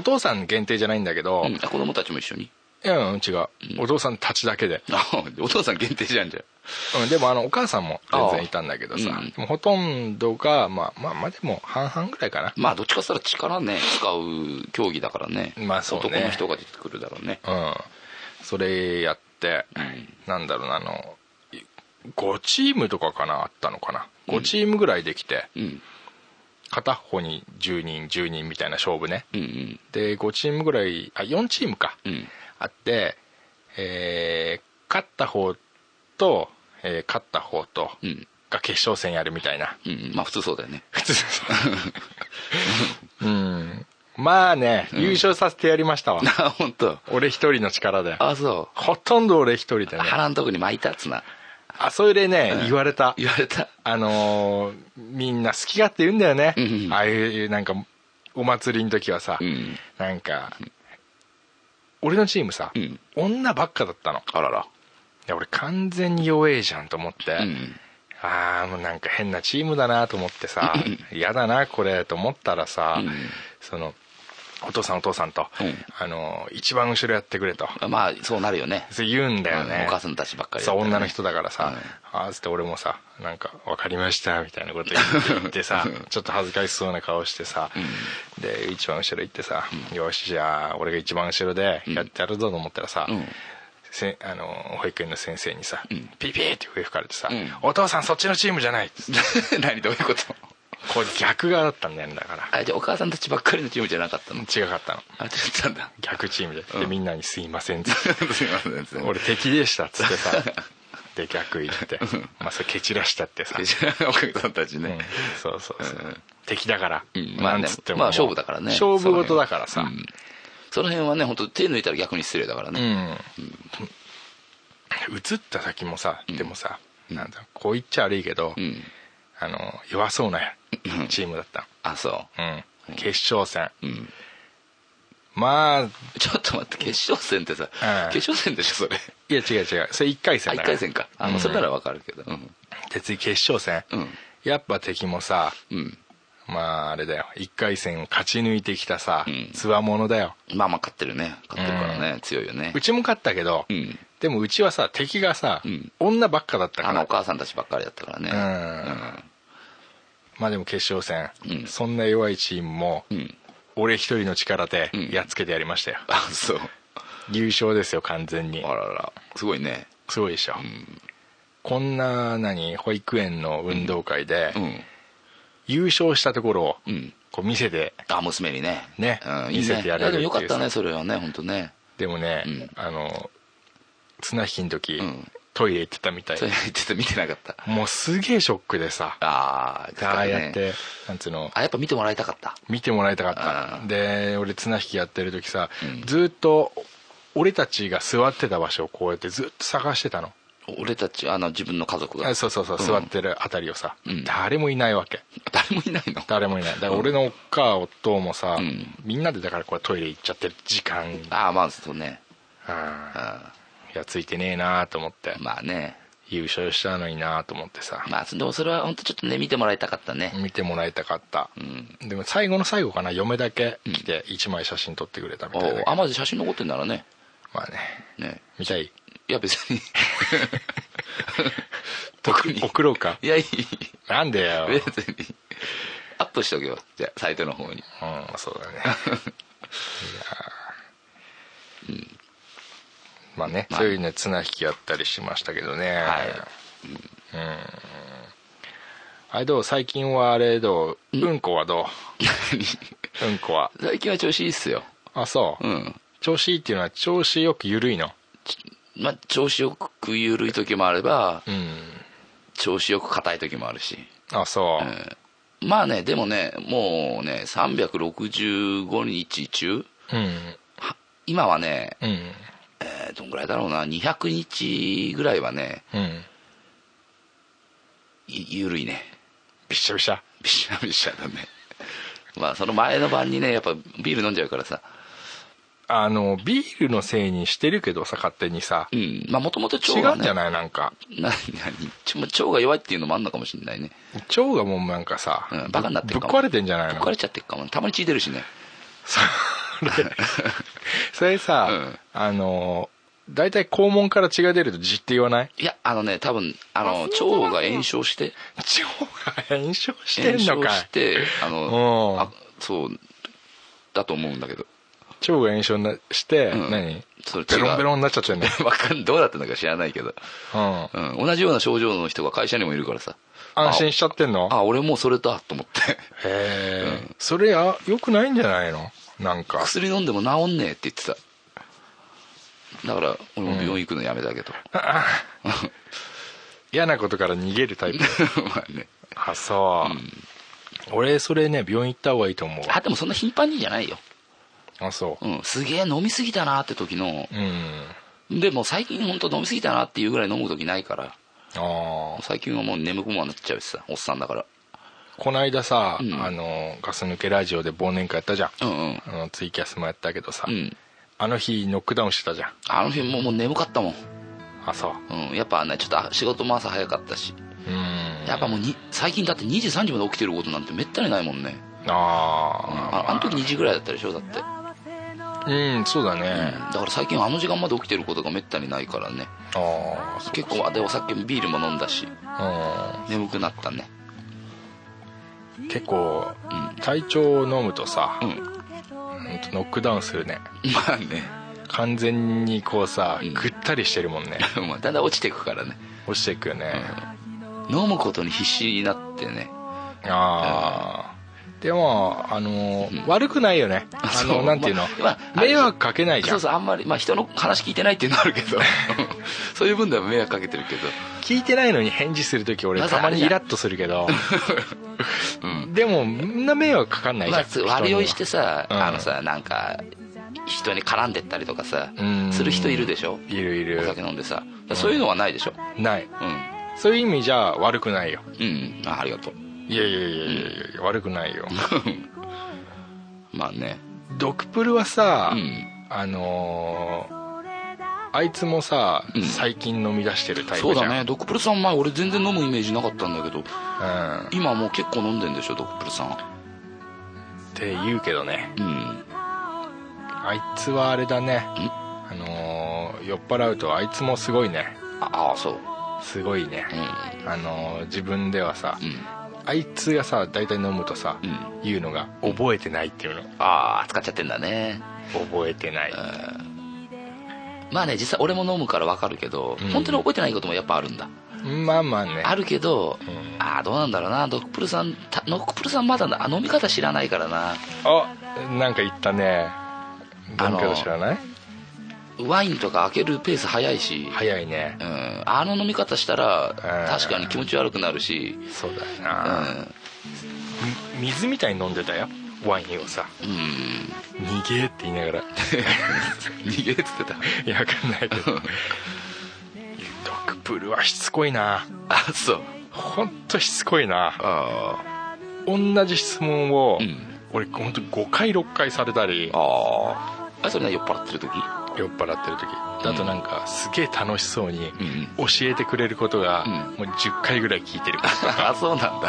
Speaker 4: お父さん限定じゃないんだけど
Speaker 3: うんあ子供たちも一緒に
Speaker 4: うん、違う、お父さんたちだけで、
Speaker 3: あお父さん限定じゃんじゃん
Speaker 4: うん、でもあのお母さんも全然いたんだけどさ
Speaker 3: ああうん
Speaker 4: でもほとんどがまあまあまあでも半々ぐらいかな
Speaker 3: まあどっちかっつったら力ね使う競技だからね,、
Speaker 4: まあそうね
Speaker 3: 男の人が出てくるだろうね
Speaker 4: うんそれやって、
Speaker 3: うん
Speaker 4: なんだろうなあの5チームとかかなあったのかな5チームぐらいできて、
Speaker 3: うん
Speaker 4: 片方に10人10人みたいな勝負ね
Speaker 3: うんうん
Speaker 4: で5チームぐらいあ4チームか、
Speaker 3: うん
Speaker 4: あって、えー勝った方と、えー勝った方と、
Speaker 3: うん
Speaker 4: が決勝戦やるみたいな
Speaker 3: うんまあ普通そうだよね
Speaker 4: 普通 そううんまあね、優勝させてやりましたわ
Speaker 3: あ本当。
Speaker 4: 俺一人の力で
Speaker 3: あそ
Speaker 4: ほとんど俺一人で
Speaker 3: う
Speaker 4: ね
Speaker 3: 腹のとこに巻いたつな
Speaker 4: あそれでね、言われた
Speaker 3: 言われた
Speaker 4: あのーみんな好き勝手言うんだよね、
Speaker 3: うんうん
Speaker 4: ああいうなんかお祭りの時はさ、
Speaker 3: うん
Speaker 4: なんか俺のチームさ、
Speaker 3: うん
Speaker 4: 女ばっかだったのい
Speaker 3: あらら
Speaker 4: や俺完全に弱えじゃんと思って、
Speaker 3: うん
Speaker 4: ああもうなんか変なチームだなと思って さ嫌だなこれと思ったらさ、
Speaker 3: うん
Speaker 4: そのお父さんお父さんと、
Speaker 3: うん
Speaker 4: あの一番後ろやってくれと
Speaker 3: あまあそうなるよね
Speaker 4: そう言うんだよね、
Speaker 3: うんお母さんたちばっかりだっ
Speaker 4: そう
Speaker 3: たらね
Speaker 4: 女の人だからさ、ああつって俺もさなんか「分かりました」みたいなこと言ってさちょっと恥ずかしそうな顔してさ、で一番後ろ行ってさ「よしじゃあ俺が一番後ろでやってやるぞ」と思ったらさ、
Speaker 3: うん
Speaker 4: せあの保育園の先生にさ、ピーピーって笛吹かれてさ、
Speaker 3: うん
Speaker 4: お父さんそっちのチームじゃない」っつって
Speaker 3: 何どういうこと
Speaker 4: これ逆側だったんだよねだから
Speaker 3: あじゃあお母さんたちばっかりのチームじゃなかった の
Speaker 4: 違かったの
Speaker 3: あ違ったんだ
Speaker 4: 逆チームででみんなに「すいません」っつって
Speaker 3: すいませんすいま
Speaker 4: 俺敵でしたっつって さで逆行って、まあ、それ蹴散らしたってさ、
Speaker 3: せ んお母さんたち
Speaker 4: うん
Speaker 3: ね、
Speaker 4: そうそうそう、
Speaker 3: うん
Speaker 4: 敵だから、
Speaker 3: うんまあね
Speaker 4: なんつっても
Speaker 3: まあ勝負だからね
Speaker 4: 勝負事だからさ、
Speaker 3: うんその辺はね本当手抜いたら逆に失礼だから
Speaker 4: う
Speaker 3: ね、
Speaker 4: ん移った先もさ、でもさなんだこう言っちゃ悪いけど、
Speaker 3: うん
Speaker 4: あの弱そうなチームだった、
Speaker 3: あそ
Speaker 4: うん決勝戦
Speaker 3: ううん
Speaker 4: まあ
Speaker 3: ちょっと待って決勝戦ってさ、
Speaker 4: うん
Speaker 3: 決勝戦でしょそ れ
Speaker 4: いや違う違うそれ1回
Speaker 3: あ
Speaker 4: 戦
Speaker 3: 1
Speaker 4: だから
Speaker 3: 回戦かあ、
Speaker 4: うん
Speaker 3: それならわかるけどうん
Speaker 4: で次決勝戦、
Speaker 3: うん
Speaker 4: やっぱ敵もさ
Speaker 3: うん
Speaker 4: まああれだよ1回戦を勝ち抜いてきたさ
Speaker 3: うん
Speaker 4: つわものだよ
Speaker 3: まあまあ勝ってるね勝ってるからね、強いよね
Speaker 4: うちも勝ったけど、
Speaker 3: うん
Speaker 4: でもうちはさ敵がさ、
Speaker 3: うん
Speaker 4: 女ばっかだったか
Speaker 3: あの
Speaker 4: ら
Speaker 3: お母さんたちばっかりだったからね
Speaker 4: まあでも決勝戦、
Speaker 3: うん
Speaker 4: そんな弱いチームも、
Speaker 3: うん、
Speaker 4: 俺一人の力で
Speaker 3: うん
Speaker 4: やっつけてやりましたよ、
Speaker 3: あそう
Speaker 4: 優勝ですよ完全に
Speaker 3: あららすごいね
Speaker 4: すごいでしょ、こんな何保育園の運動会で、
Speaker 3: うん
Speaker 4: 優勝したところを、
Speaker 3: うん
Speaker 4: こう見せて
Speaker 3: あ娘にね
Speaker 4: ね
Speaker 3: うん、いい
Speaker 4: 見せ
Speaker 3: ね
Speaker 4: てやれるっていう
Speaker 3: いでもよかったねそれはね本当ね
Speaker 4: でもね、
Speaker 3: うん
Speaker 4: あの綱引きの時、
Speaker 3: ん
Speaker 4: トイレ行ってたみたい
Speaker 3: それちょっと見てなかった
Speaker 4: もうすげえショックでさ
Speaker 3: ああ
Speaker 4: ああやってなんつうの
Speaker 3: あやっぱ見てもらいたかった
Speaker 4: 見てもらいた
Speaker 3: あ
Speaker 4: かった
Speaker 3: ー
Speaker 4: で俺綱引きやってる時さ、
Speaker 3: うん
Speaker 4: ずーっと俺たちが座ってた場所をこうやってずっと探してたの
Speaker 3: 俺たちあの自分の家族が
Speaker 4: あそうそうそう、
Speaker 3: ん
Speaker 4: 座ってるあたりをさ、
Speaker 3: うん
Speaker 4: 誰もいないわけ
Speaker 3: 誰もいないの
Speaker 4: 誰もいないだから俺のおっかおともさ、
Speaker 3: うん
Speaker 4: みんなでだからこうトイレ行っちゃってる時間
Speaker 3: ああまあそうね
Speaker 4: あ
Speaker 3: あ
Speaker 4: ーいやついてねえなーと思って、
Speaker 3: ーまあね
Speaker 4: 優勝したのになーと思ってさ、
Speaker 3: まあでもそれは本当ちょっとね見てもらいたかったね
Speaker 4: 見てもらいたかった、
Speaker 3: うん
Speaker 4: でも最後の最後かな嫁だけ来て1枚写真撮ってくれたみ
Speaker 3: お
Speaker 4: たいな、
Speaker 3: ーあまず写真残ってんならね
Speaker 4: まあね
Speaker 3: ね
Speaker 4: 見たい
Speaker 3: いや別 に特 に
Speaker 4: 送ろうか
Speaker 3: いやいい
Speaker 4: なんでよ、うん、
Speaker 3: 別にアップしとけよじゃあサイトの方に
Speaker 4: そうだねいやーまあね、
Speaker 3: まあ
Speaker 4: そういうね綱引きやったりしましたけどね、
Speaker 3: はい
Speaker 4: うんあれどう最近はあれどううんこはどううんこは
Speaker 3: 最近は調子いいっすよ
Speaker 4: あそう、
Speaker 3: うん
Speaker 4: 調子いいっていうのは調子よく緩いの
Speaker 3: まあ調子よく緩い時もあれば
Speaker 4: うん
Speaker 3: 調子よく硬い時もあるし
Speaker 4: あそう、
Speaker 3: うんまあねでもねもうね365日中
Speaker 4: うん
Speaker 3: 今はね
Speaker 4: うん
Speaker 3: えーっどんぐらいだろうな200日ぐらいはね
Speaker 4: うん
Speaker 3: いゆるいね
Speaker 4: びっしゃびしゃ
Speaker 3: びしゃびしゃだね まあその前の晩にねやっぱビール飲んじゃうからさ
Speaker 4: あのビールのせいにしてるけどさ勝手にさ
Speaker 3: うんまあもともと腸
Speaker 4: 違
Speaker 3: が、ね、
Speaker 4: うんじゃないなんか
Speaker 3: な何ちょまあ腸が弱いっていうのもあんのかもしれないね
Speaker 4: 腸がもうなんかさ、
Speaker 3: うんバカになって
Speaker 4: ぶ
Speaker 3: る
Speaker 4: っ
Speaker 3: かも
Speaker 4: 壊れてんじゃない
Speaker 3: ぶっ
Speaker 4: の
Speaker 3: 壊れちゃってるかもたまに血出るしね
Speaker 4: それそれさ、
Speaker 3: うん
Speaker 4: あの大体肛門から血が出ると痔って言わない
Speaker 3: いやあのね多分あの腸が炎症して
Speaker 4: 腸が炎症して
Speaker 3: 炎
Speaker 4: んの
Speaker 3: 症
Speaker 4: かい
Speaker 3: してあ
Speaker 4: うん
Speaker 3: のあそうだと思うんだけど
Speaker 4: 腸が炎症なして、
Speaker 3: うん
Speaker 4: 何
Speaker 3: それ
Speaker 4: ベロ
Speaker 3: 違
Speaker 4: ン
Speaker 3: う
Speaker 4: ベロンになっちゃって んだよ、
Speaker 3: わかんどうだったのか知らないけど、
Speaker 4: うん、
Speaker 3: うん、同じような症状の人が会社にもいるからさ
Speaker 4: 安心しちゃってんの
Speaker 3: あ俺もうそれだと思って
Speaker 4: へえ、それあよくないんじゃないのなんか
Speaker 3: 薬飲んでも治んねえって言ってただから俺も病院行くのやめたけど、
Speaker 4: 嫌なことから逃げるタイプ
Speaker 3: まあね
Speaker 4: あそう、俺それね病院行った方がいいと思う
Speaker 3: あでもそんな頻繁にじゃないよ、
Speaker 4: あそう
Speaker 3: うん、すげえ飲みすぎたなって時の
Speaker 4: うん、
Speaker 3: でも最近本当飲みすぎたなっていうぐらい飲む時ないから
Speaker 4: ああ
Speaker 3: 最近はもう眠くもなっちゃうしさおっさんだから
Speaker 4: こないださ、
Speaker 3: うん
Speaker 4: あのガス抜けラジオで忘年会やったじゃん、
Speaker 3: うんうん
Speaker 4: あのツイキャスもやったけどさ、
Speaker 3: うん
Speaker 4: あの日ノックダウンしてたじゃん
Speaker 3: あの日もうもう眠かったもん、
Speaker 4: あそう
Speaker 3: うん、やっぱねちょっとあ仕事も朝早かったし
Speaker 4: うん
Speaker 3: やっぱもうに最近だって2時3時まで起きてることなんてめったにないもんね
Speaker 4: あ
Speaker 3: ああの時2時ぐらいだったでしょだって、うん、
Speaker 4: あうんそうだね、
Speaker 3: だから最近あの時間まで起きてることがめったにないからね
Speaker 4: ああそ
Speaker 3: 結構あでお酒ビールも飲んだし眠くなったね
Speaker 4: うん結構、
Speaker 3: う
Speaker 4: 体調を飲むとさ、
Speaker 3: うん
Speaker 4: ほんとノックダウンするね
Speaker 3: まあね
Speaker 4: 完全にこうさ、
Speaker 3: うん
Speaker 4: ぐったりしてるもん ね
Speaker 3: まあだんだん落ちていくからね
Speaker 4: 落ちていくよね、
Speaker 3: 飲むことに必死になってね
Speaker 4: ああでもあのー悪くないよねあ
Speaker 3: そ
Speaker 4: の
Speaker 3: う
Speaker 4: なんていうの、
Speaker 3: まあまあ
Speaker 4: 迷惑かけないじゃ
Speaker 3: そ
Speaker 4: ん
Speaker 3: うそうあんまり、まあ、人の話聞いてないっていうのはあるけ どそういう分では迷惑かけてるけど
Speaker 4: 聞いてないのに返事するとき俺
Speaker 3: まず
Speaker 4: た
Speaker 3: あ
Speaker 4: ま
Speaker 3: れ
Speaker 4: に
Speaker 3: じゃ
Speaker 4: イ
Speaker 3: ん
Speaker 4: ラッとするけ ど、でもみんな迷惑かかんないじ
Speaker 3: ま
Speaker 4: ゃ
Speaker 3: あ
Speaker 4: ん、
Speaker 3: つ悪酔いしてさ、
Speaker 4: うん
Speaker 3: あのさなんか人に絡んでったりとかさ
Speaker 4: うん
Speaker 3: する人いるでしょ
Speaker 4: いるい
Speaker 3: お
Speaker 4: る
Speaker 3: 酒飲んでさだからそういうのはないでしょ
Speaker 4: ない
Speaker 3: うん
Speaker 4: そういう意味じゃ悪くないよ
Speaker 3: うんあありがとう
Speaker 4: いやいやいやいやいや悪くないよ
Speaker 3: まあね
Speaker 4: ドクプルはさ、
Speaker 3: うん
Speaker 4: あのーあいつもさ、
Speaker 3: うん
Speaker 4: 最近飲み出してるタイ
Speaker 3: そう
Speaker 4: プじゃ
Speaker 3: だ
Speaker 4: ん
Speaker 3: ねドクプルさん前俺全然飲むイメージなかったんだけど
Speaker 4: うん、っ
Speaker 3: 今もう結構飲んでんでしょドクプルさん
Speaker 4: て言うけどね
Speaker 3: うん
Speaker 4: あいつはあれだねあのー酔っ払うとあいつもすごいね
Speaker 3: あああそう
Speaker 4: すごいね、
Speaker 3: う
Speaker 4: あのー自分では
Speaker 3: ん
Speaker 4: さ、あいつがさ大体飲むとさ、
Speaker 3: うん
Speaker 4: 言うのが覚えてないっていうの
Speaker 3: ああ使っちゃってんだね
Speaker 4: 覚えてない
Speaker 3: まあね実際俺も飲むからわかるけど、
Speaker 4: うん
Speaker 3: 本当に覚えてないこともやっぱあるんだ
Speaker 4: まあまあね
Speaker 3: あるけど、
Speaker 4: ん
Speaker 3: ああどうなんだろうなドクプルさんたドクプルさんまだなあ飲み方知らないからな
Speaker 4: あなんか言ったね
Speaker 3: あ
Speaker 4: 飲み
Speaker 3: のー
Speaker 4: 方知らない
Speaker 3: ワインとか開けるペース早いし、
Speaker 4: 早いね
Speaker 3: うん、あの飲み方したら
Speaker 4: ん
Speaker 3: 確かに気持ち悪くなるし、
Speaker 4: そうだよ
Speaker 3: うん
Speaker 4: な、み水みたいに飲んでたよワインをさ
Speaker 3: うん、
Speaker 4: 「逃げ」って言いなが ら
Speaker 3: 逃げっつってた
Speaker 4: いやわかんないけどドクプルはしつこいな
Speaker 3: あそう
Speaker 4: ほんとしつこいな
Speaker 3: あ
Speaker 4: 同じ質問を、
Speaker 3: うん
Speaker 4: 俺ほんと5回6回されたり
Speaker 3: ああそれね酔っ払ってる時
Speaker 4: 酔っ払ってる時だとなんかすげえ楽しそうに
Speaker 3: ん
Speaker 4: 教えてくれることが
Speaker 3: うん
Speaker 4: もう10回ぐらい聞いてるから
Speaker 3: あそうなんだ
Speaker 4: 本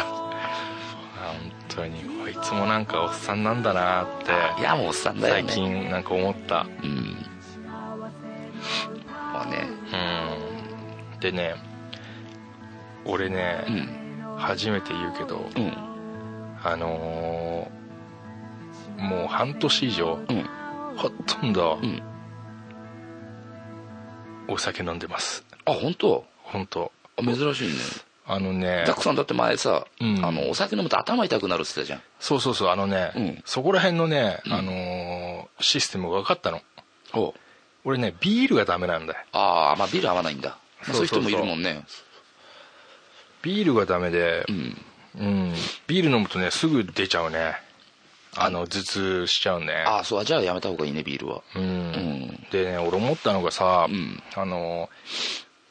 Speaker 4: 当にこいつもなんかおっさんなんだなっ
Speaker 3: い
Speaker 4: て
Speaker 3: やもうおっさんだよ
Speaker 4: 最
Speaker 3: ね
Speaker 4: 近なんか思った
Speaker 3: うんまあね
Speaker 4: うんでね俺ね、
Speaker 3: うん
Speaker 4: 初めて言うけど
Speaker 3: うん
Speaker 4: あのーもう半年以上
Speaker 3: うん
Speaker 4: ほとんど
Speaker 3: うん
Speaker 4: お酒飲んでます
Speaker 3: あ本当
Speaker 4: 本当
Speaker 3: あ珍しいね
Speaker 4: あのね
Speaker 3: ザックさんだって前さ、
Speaker 4: うん
Speaker 3: あのお酒飲むと頭痛くなるって言ってたじ
Speaker 4: そうそうそうあのね、
Speaker 3: うん
Speaker 4: そこら辺のね、
Speaker 3: うん
Speaker 4: あのーシステムが分かったの
Speaker 3: ゃんお
Speaker 4: 俺ねビールがダメなんだよ
Speaker 3: ああまあビール合わないんだ、まあ
Speaker 4: そ
Speaker 3: そうういう
Speaker 4: そうそう
Speaker 3: 人もいるもんね
Speaker 4: ビールがダメで
Speaker 3: うん
Speaker 4: うん、ビール飲むとねすぐ出ちゃうねあの頭痛しちゃうんで
Speaker 3: ああそうじゃあやめた方がいいねビールは
Speaker 4: うん、
Speaker 3: ん
Speaker 4: でね俺思ったのがさ、
Speaker 3: うん
Speaker 4: あの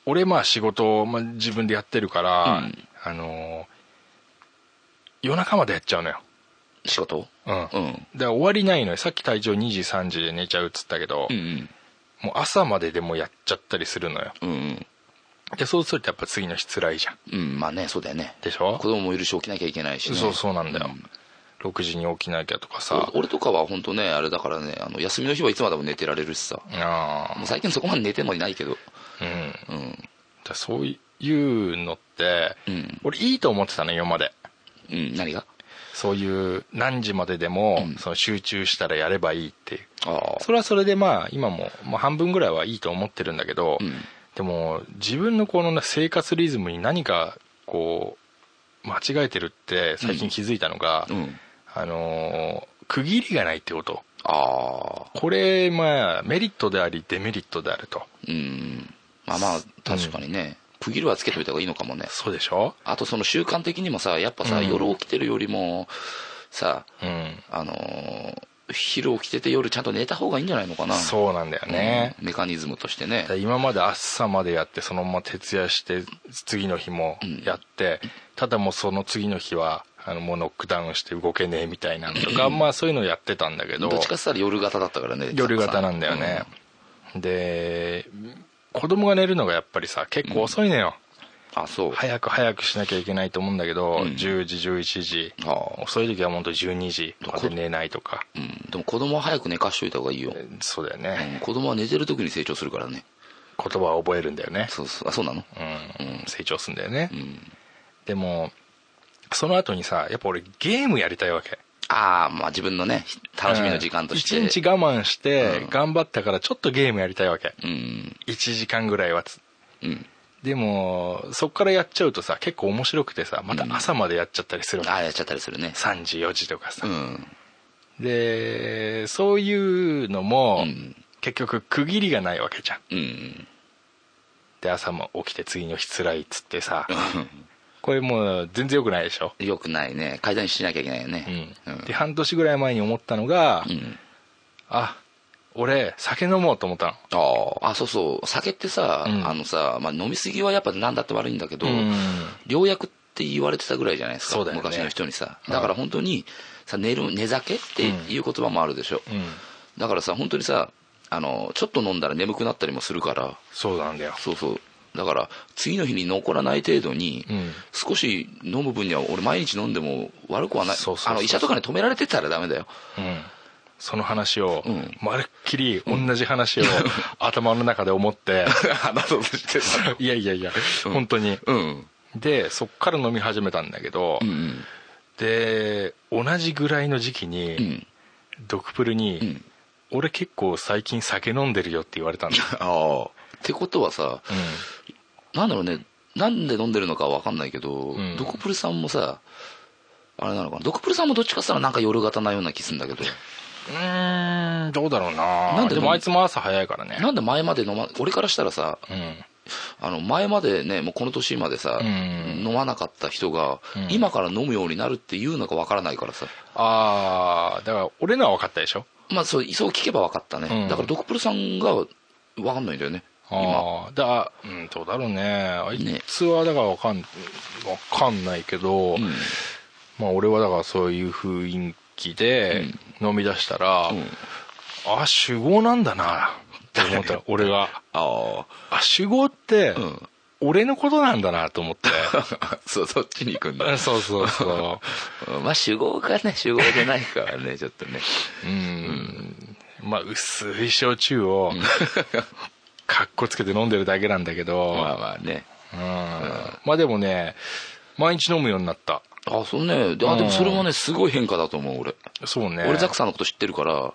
Speaker 4: 俺まあ仕事、まあ、自分でやってるから、
Speaker 3: うん
Speaker 4: あの夜中までやっちゃうのよ
Speaker 3: 仕事
Speaker 4: うん、
Speaker 3: うん
Speaker 4: で終わりないのよさっき体調2時3時で寝ちゃうっつったけど、
Speaker 3: うん
Speaker 4: もう朝まででもやっちゃったりするのよ
Speaker 3: うんうん
Speaker 4: でそうするとやっぱ次の日辛いじゃん
Speaker 3: うんまあねそうだよね
Speaker 4: でしょ
Speaker 3: 子供もいるし起きなきゃいけないし、ね、
Speaker 4: そうそうなんだよ
Speaker 3: ん、
Speaker 4: 6時に起きなきゃとかさ
Speaker 3: お俺とかは本当ねあれだからねあの休みの日はいつまでも寝てられるしさ
Speaker 4: あ
Speaker 3: もう最近そこまで寝てもいないけど
Speaker 4: あうん
Speaker 3: うん
Speaker 4: だそういうのって、
Speaker 3: うん
Speaker 4: 俺いいと思ってたの今まで
Speaker 3: うん何が
Speaker 4: そういう何時まででも、
Speaker 3: うん
Speaker 4: その集中したらやればいいっていう
Speaker 3: ああ
Speaker 4: それはそれでまあ今も、まあ、半分ぐらいはいいと思ってるんだけど、
Speaker 3: うん
Speaker 4: でも自分のこのね生活リズムに何かこう間違えてるって最近気づいたのが、
Speaker 3: うん
Speaker 4: あのー区切りがないってこと
Speaker 3: ああ
Speaker 4: これまあメリットでありデメリットであると
Speaker 3: うんまあまあ確かにね、区切りはつけといた方がいいのかもね
Speaker 4: そうでしょ
Speaker 3: あとその習慣的にもさやっぱさ、
Speaker 4: うん
Speaker 3: 夜起きてるよりもさ
Speaker 4: うん
Speaker 3: あのー昼起きてて夜ちゃんと寝た方がいいんじゃないのかな
Speaker 4: そうなんだよね、
Speaker 3: うんメカニズムとしてね
Speaker 4: だから今まで朝までやってそのまま徹夜して次の日もやって、ただもうその次の日はあのもうノックダウンして動けねえみたいなのとか、まあそういうのやってたんだけ
Speaker 3: ど
Speaker 4: ど
Speaker 3: っちかって言ったら夜型だったからね
Speaker 4: 夜型なんだよね、で子供が寝るのがやっぱりさ結構遅いのよ、
Speaker 3: うんあそう、
Speaker 4: 早く早くしなきゃいけないと思うんだけど、
Speaker 3: うん
Speaker 4: 10時11時
Speaker 3: ああ
Speaker 4: 遅い時は本当12時とかで寝ないとか
Speaker 3: うん、でも子供は早く寝かしといた方がいいよ、
Speaker 4: そうだよ
Speaker 3: うん
Speaker 4: ね
Speaker 3: 子供は寝てる時に成長するからね
Speaker 4: 言葉を覚えるんだよね
Speaker 3: そうそうあそうなの
Speaker 4: うん、成長するんだよね、
Speaker 3: うん
Speaker 4: でもその後にさやっぱ俺ゲームやりたいわけ
Speaker 3: ああまあ自分のね楽しみの時間として、
Speaker 4: うん一日我慢して
Speaker 3: うん
Speaker 4: 頑張ったからちょっとゲームやりたいわけ
Speaker 3: うん
Speaker 4: 1時間ぐらいはつ
Speaker 3: うん
Speaker 4: でもそっからやっちゃうとさ結構面白くてさまた朝までやっちゃったりするわけ、
Speaker 3: ああやっちゃったりするね
Speaker 4: 3時4時とかさ、
Speaker 3: うん
Speaker 4: でそういうのも、
Speaker 3: うん
Speaker 4: 結局区切りがないわけじゃん
Speaker 3: うん
Speaker 4: で朝も起きて次の日辛いっつってさ、
Speaker 3: う
Speaker 4: これもう全然良くないでしょ、
Speaker 3: んよくないね階段しなきゃいけないよね
Speaker 4: うん
Speaker 3: うん
Speaker 4: で半年ぐらい前に思ったのが、
Speaker 3: うん
Speaker 4: あ俺酒飲もうと思った
Speaker 3: あーあそうそう酒ってさ、
Speaker 4: うん
Speaker 3: あのさ、まあ、飲みすぎはやっぱ何だって悪いんだけど、
Speaker 4: の
Speaker 3: 良薬って言われてたぐらいじゃないですか、
Speaker 4: そうだよね
Speaker 3: 昔の人にさ
Speaker 4: うん
Speaker 3: だから本当にさ寝る寝酒っていう言葉もあるでしょ、
Speaker 4: うん
Speaker 3: だからさ本当にさあのちょっと飲んだら眠くなったりもするから
Speaker 4: そうなんだよ
Speaker 3: そうそうだから次の日に残らない程度に、
Speaker 4: うん
Speaker 3: 少し飲む分には俺毎日飲んでも悪くはない
Speaker 4: そうそうそう
Speaker 3: あの医者とかに止められてたらダメだよ
Speaker 4: うんその話を、
Speaker 3: うん
Speaker 4: まるっきり同じ話を、 頭の中で思って
Speaker 3: 話そうとしてた
Speaker 4: いやいやいや、本当に
Speaker 3: うん
Speaker 4: でそっから飲み始めたんだけど、
Speaker 3: うんうん
Speaker 4: で同じぐらいの時期に、
Speaker 3: うん
Speaker 4: ドクプルに、
Speaker 3: うん
Speaker 4: 俺結構最近酒飲んでるよって言われたんだ
Speaker 3: ああってことはさ
Speaker 4: うん
Speaker 3: なんだろうねなんで飲んでるのかわかんないけど、
Speaker 4: うん
Speaker 3: ドクプルさんもさあれなのかなドクプルさんもどっちかしたらなんか夜型なような気すんだけ ど
Speaker 4: うーんどうだろうな
Speaker 3: なんで
Speaker 4: で
Speaker 3: 飲む
Speaker 4: もあいつも朝早いからね
Speaker 3: なんで前まで飲ま俺からしたらさ
Speaker 4: うん
Speaker 3: あの前までねもうこの年までさ、
Speaker 4: うん
Speaker 3: 飲まなかった人が、
Speaker 4: うん
Speaker 3: 今から飲むようになるっていうのかわからないからさ
Speaker 4: ああだから俺のは分かったでしょ
Speaker 3: まあそうそう聞けば分かったね、
Speaker 4: うん
Speaker 3: だからドクプルさんが分かんないんだよね今
Speaker 4: ああだうんどうだろうねあ
Speaker 3: ね
Speaker 4: いつはだからわかんわかんないけど、
Speaker 3: うん
Speaker 4: まあ俺はだからそういう雰囲気で飲み出したら、
Speaker 3: うん
Speaker 4: あ酒豪なんだなって 思ったら俺が
Speaker 3: あ
Speaker 4: あ酒豪って
Speaker 3: あうん
Speaker 4: 俺のことなんだなと思って
Speaker 3: そうそっちに行くん
Speaker 4: う
Speaker 3: だ
Speaker 4: んそうそうそ
Speaker 3: うんまあ主語がね主語じゃないから ねちょっとね
Speaker 4: ううんまあ薄い焼酎を かっこつけて飲んでるだけなんだけど、
Speaker 3: まあまあね
Speaker 4: うんまあでもね毎日飲むようになった
Speaker 3: あそうねであでもそれもねすごい変化だと思う俺
Speaker 4: そうね
Speaker 3: 俺ザクさんのこと知ってるから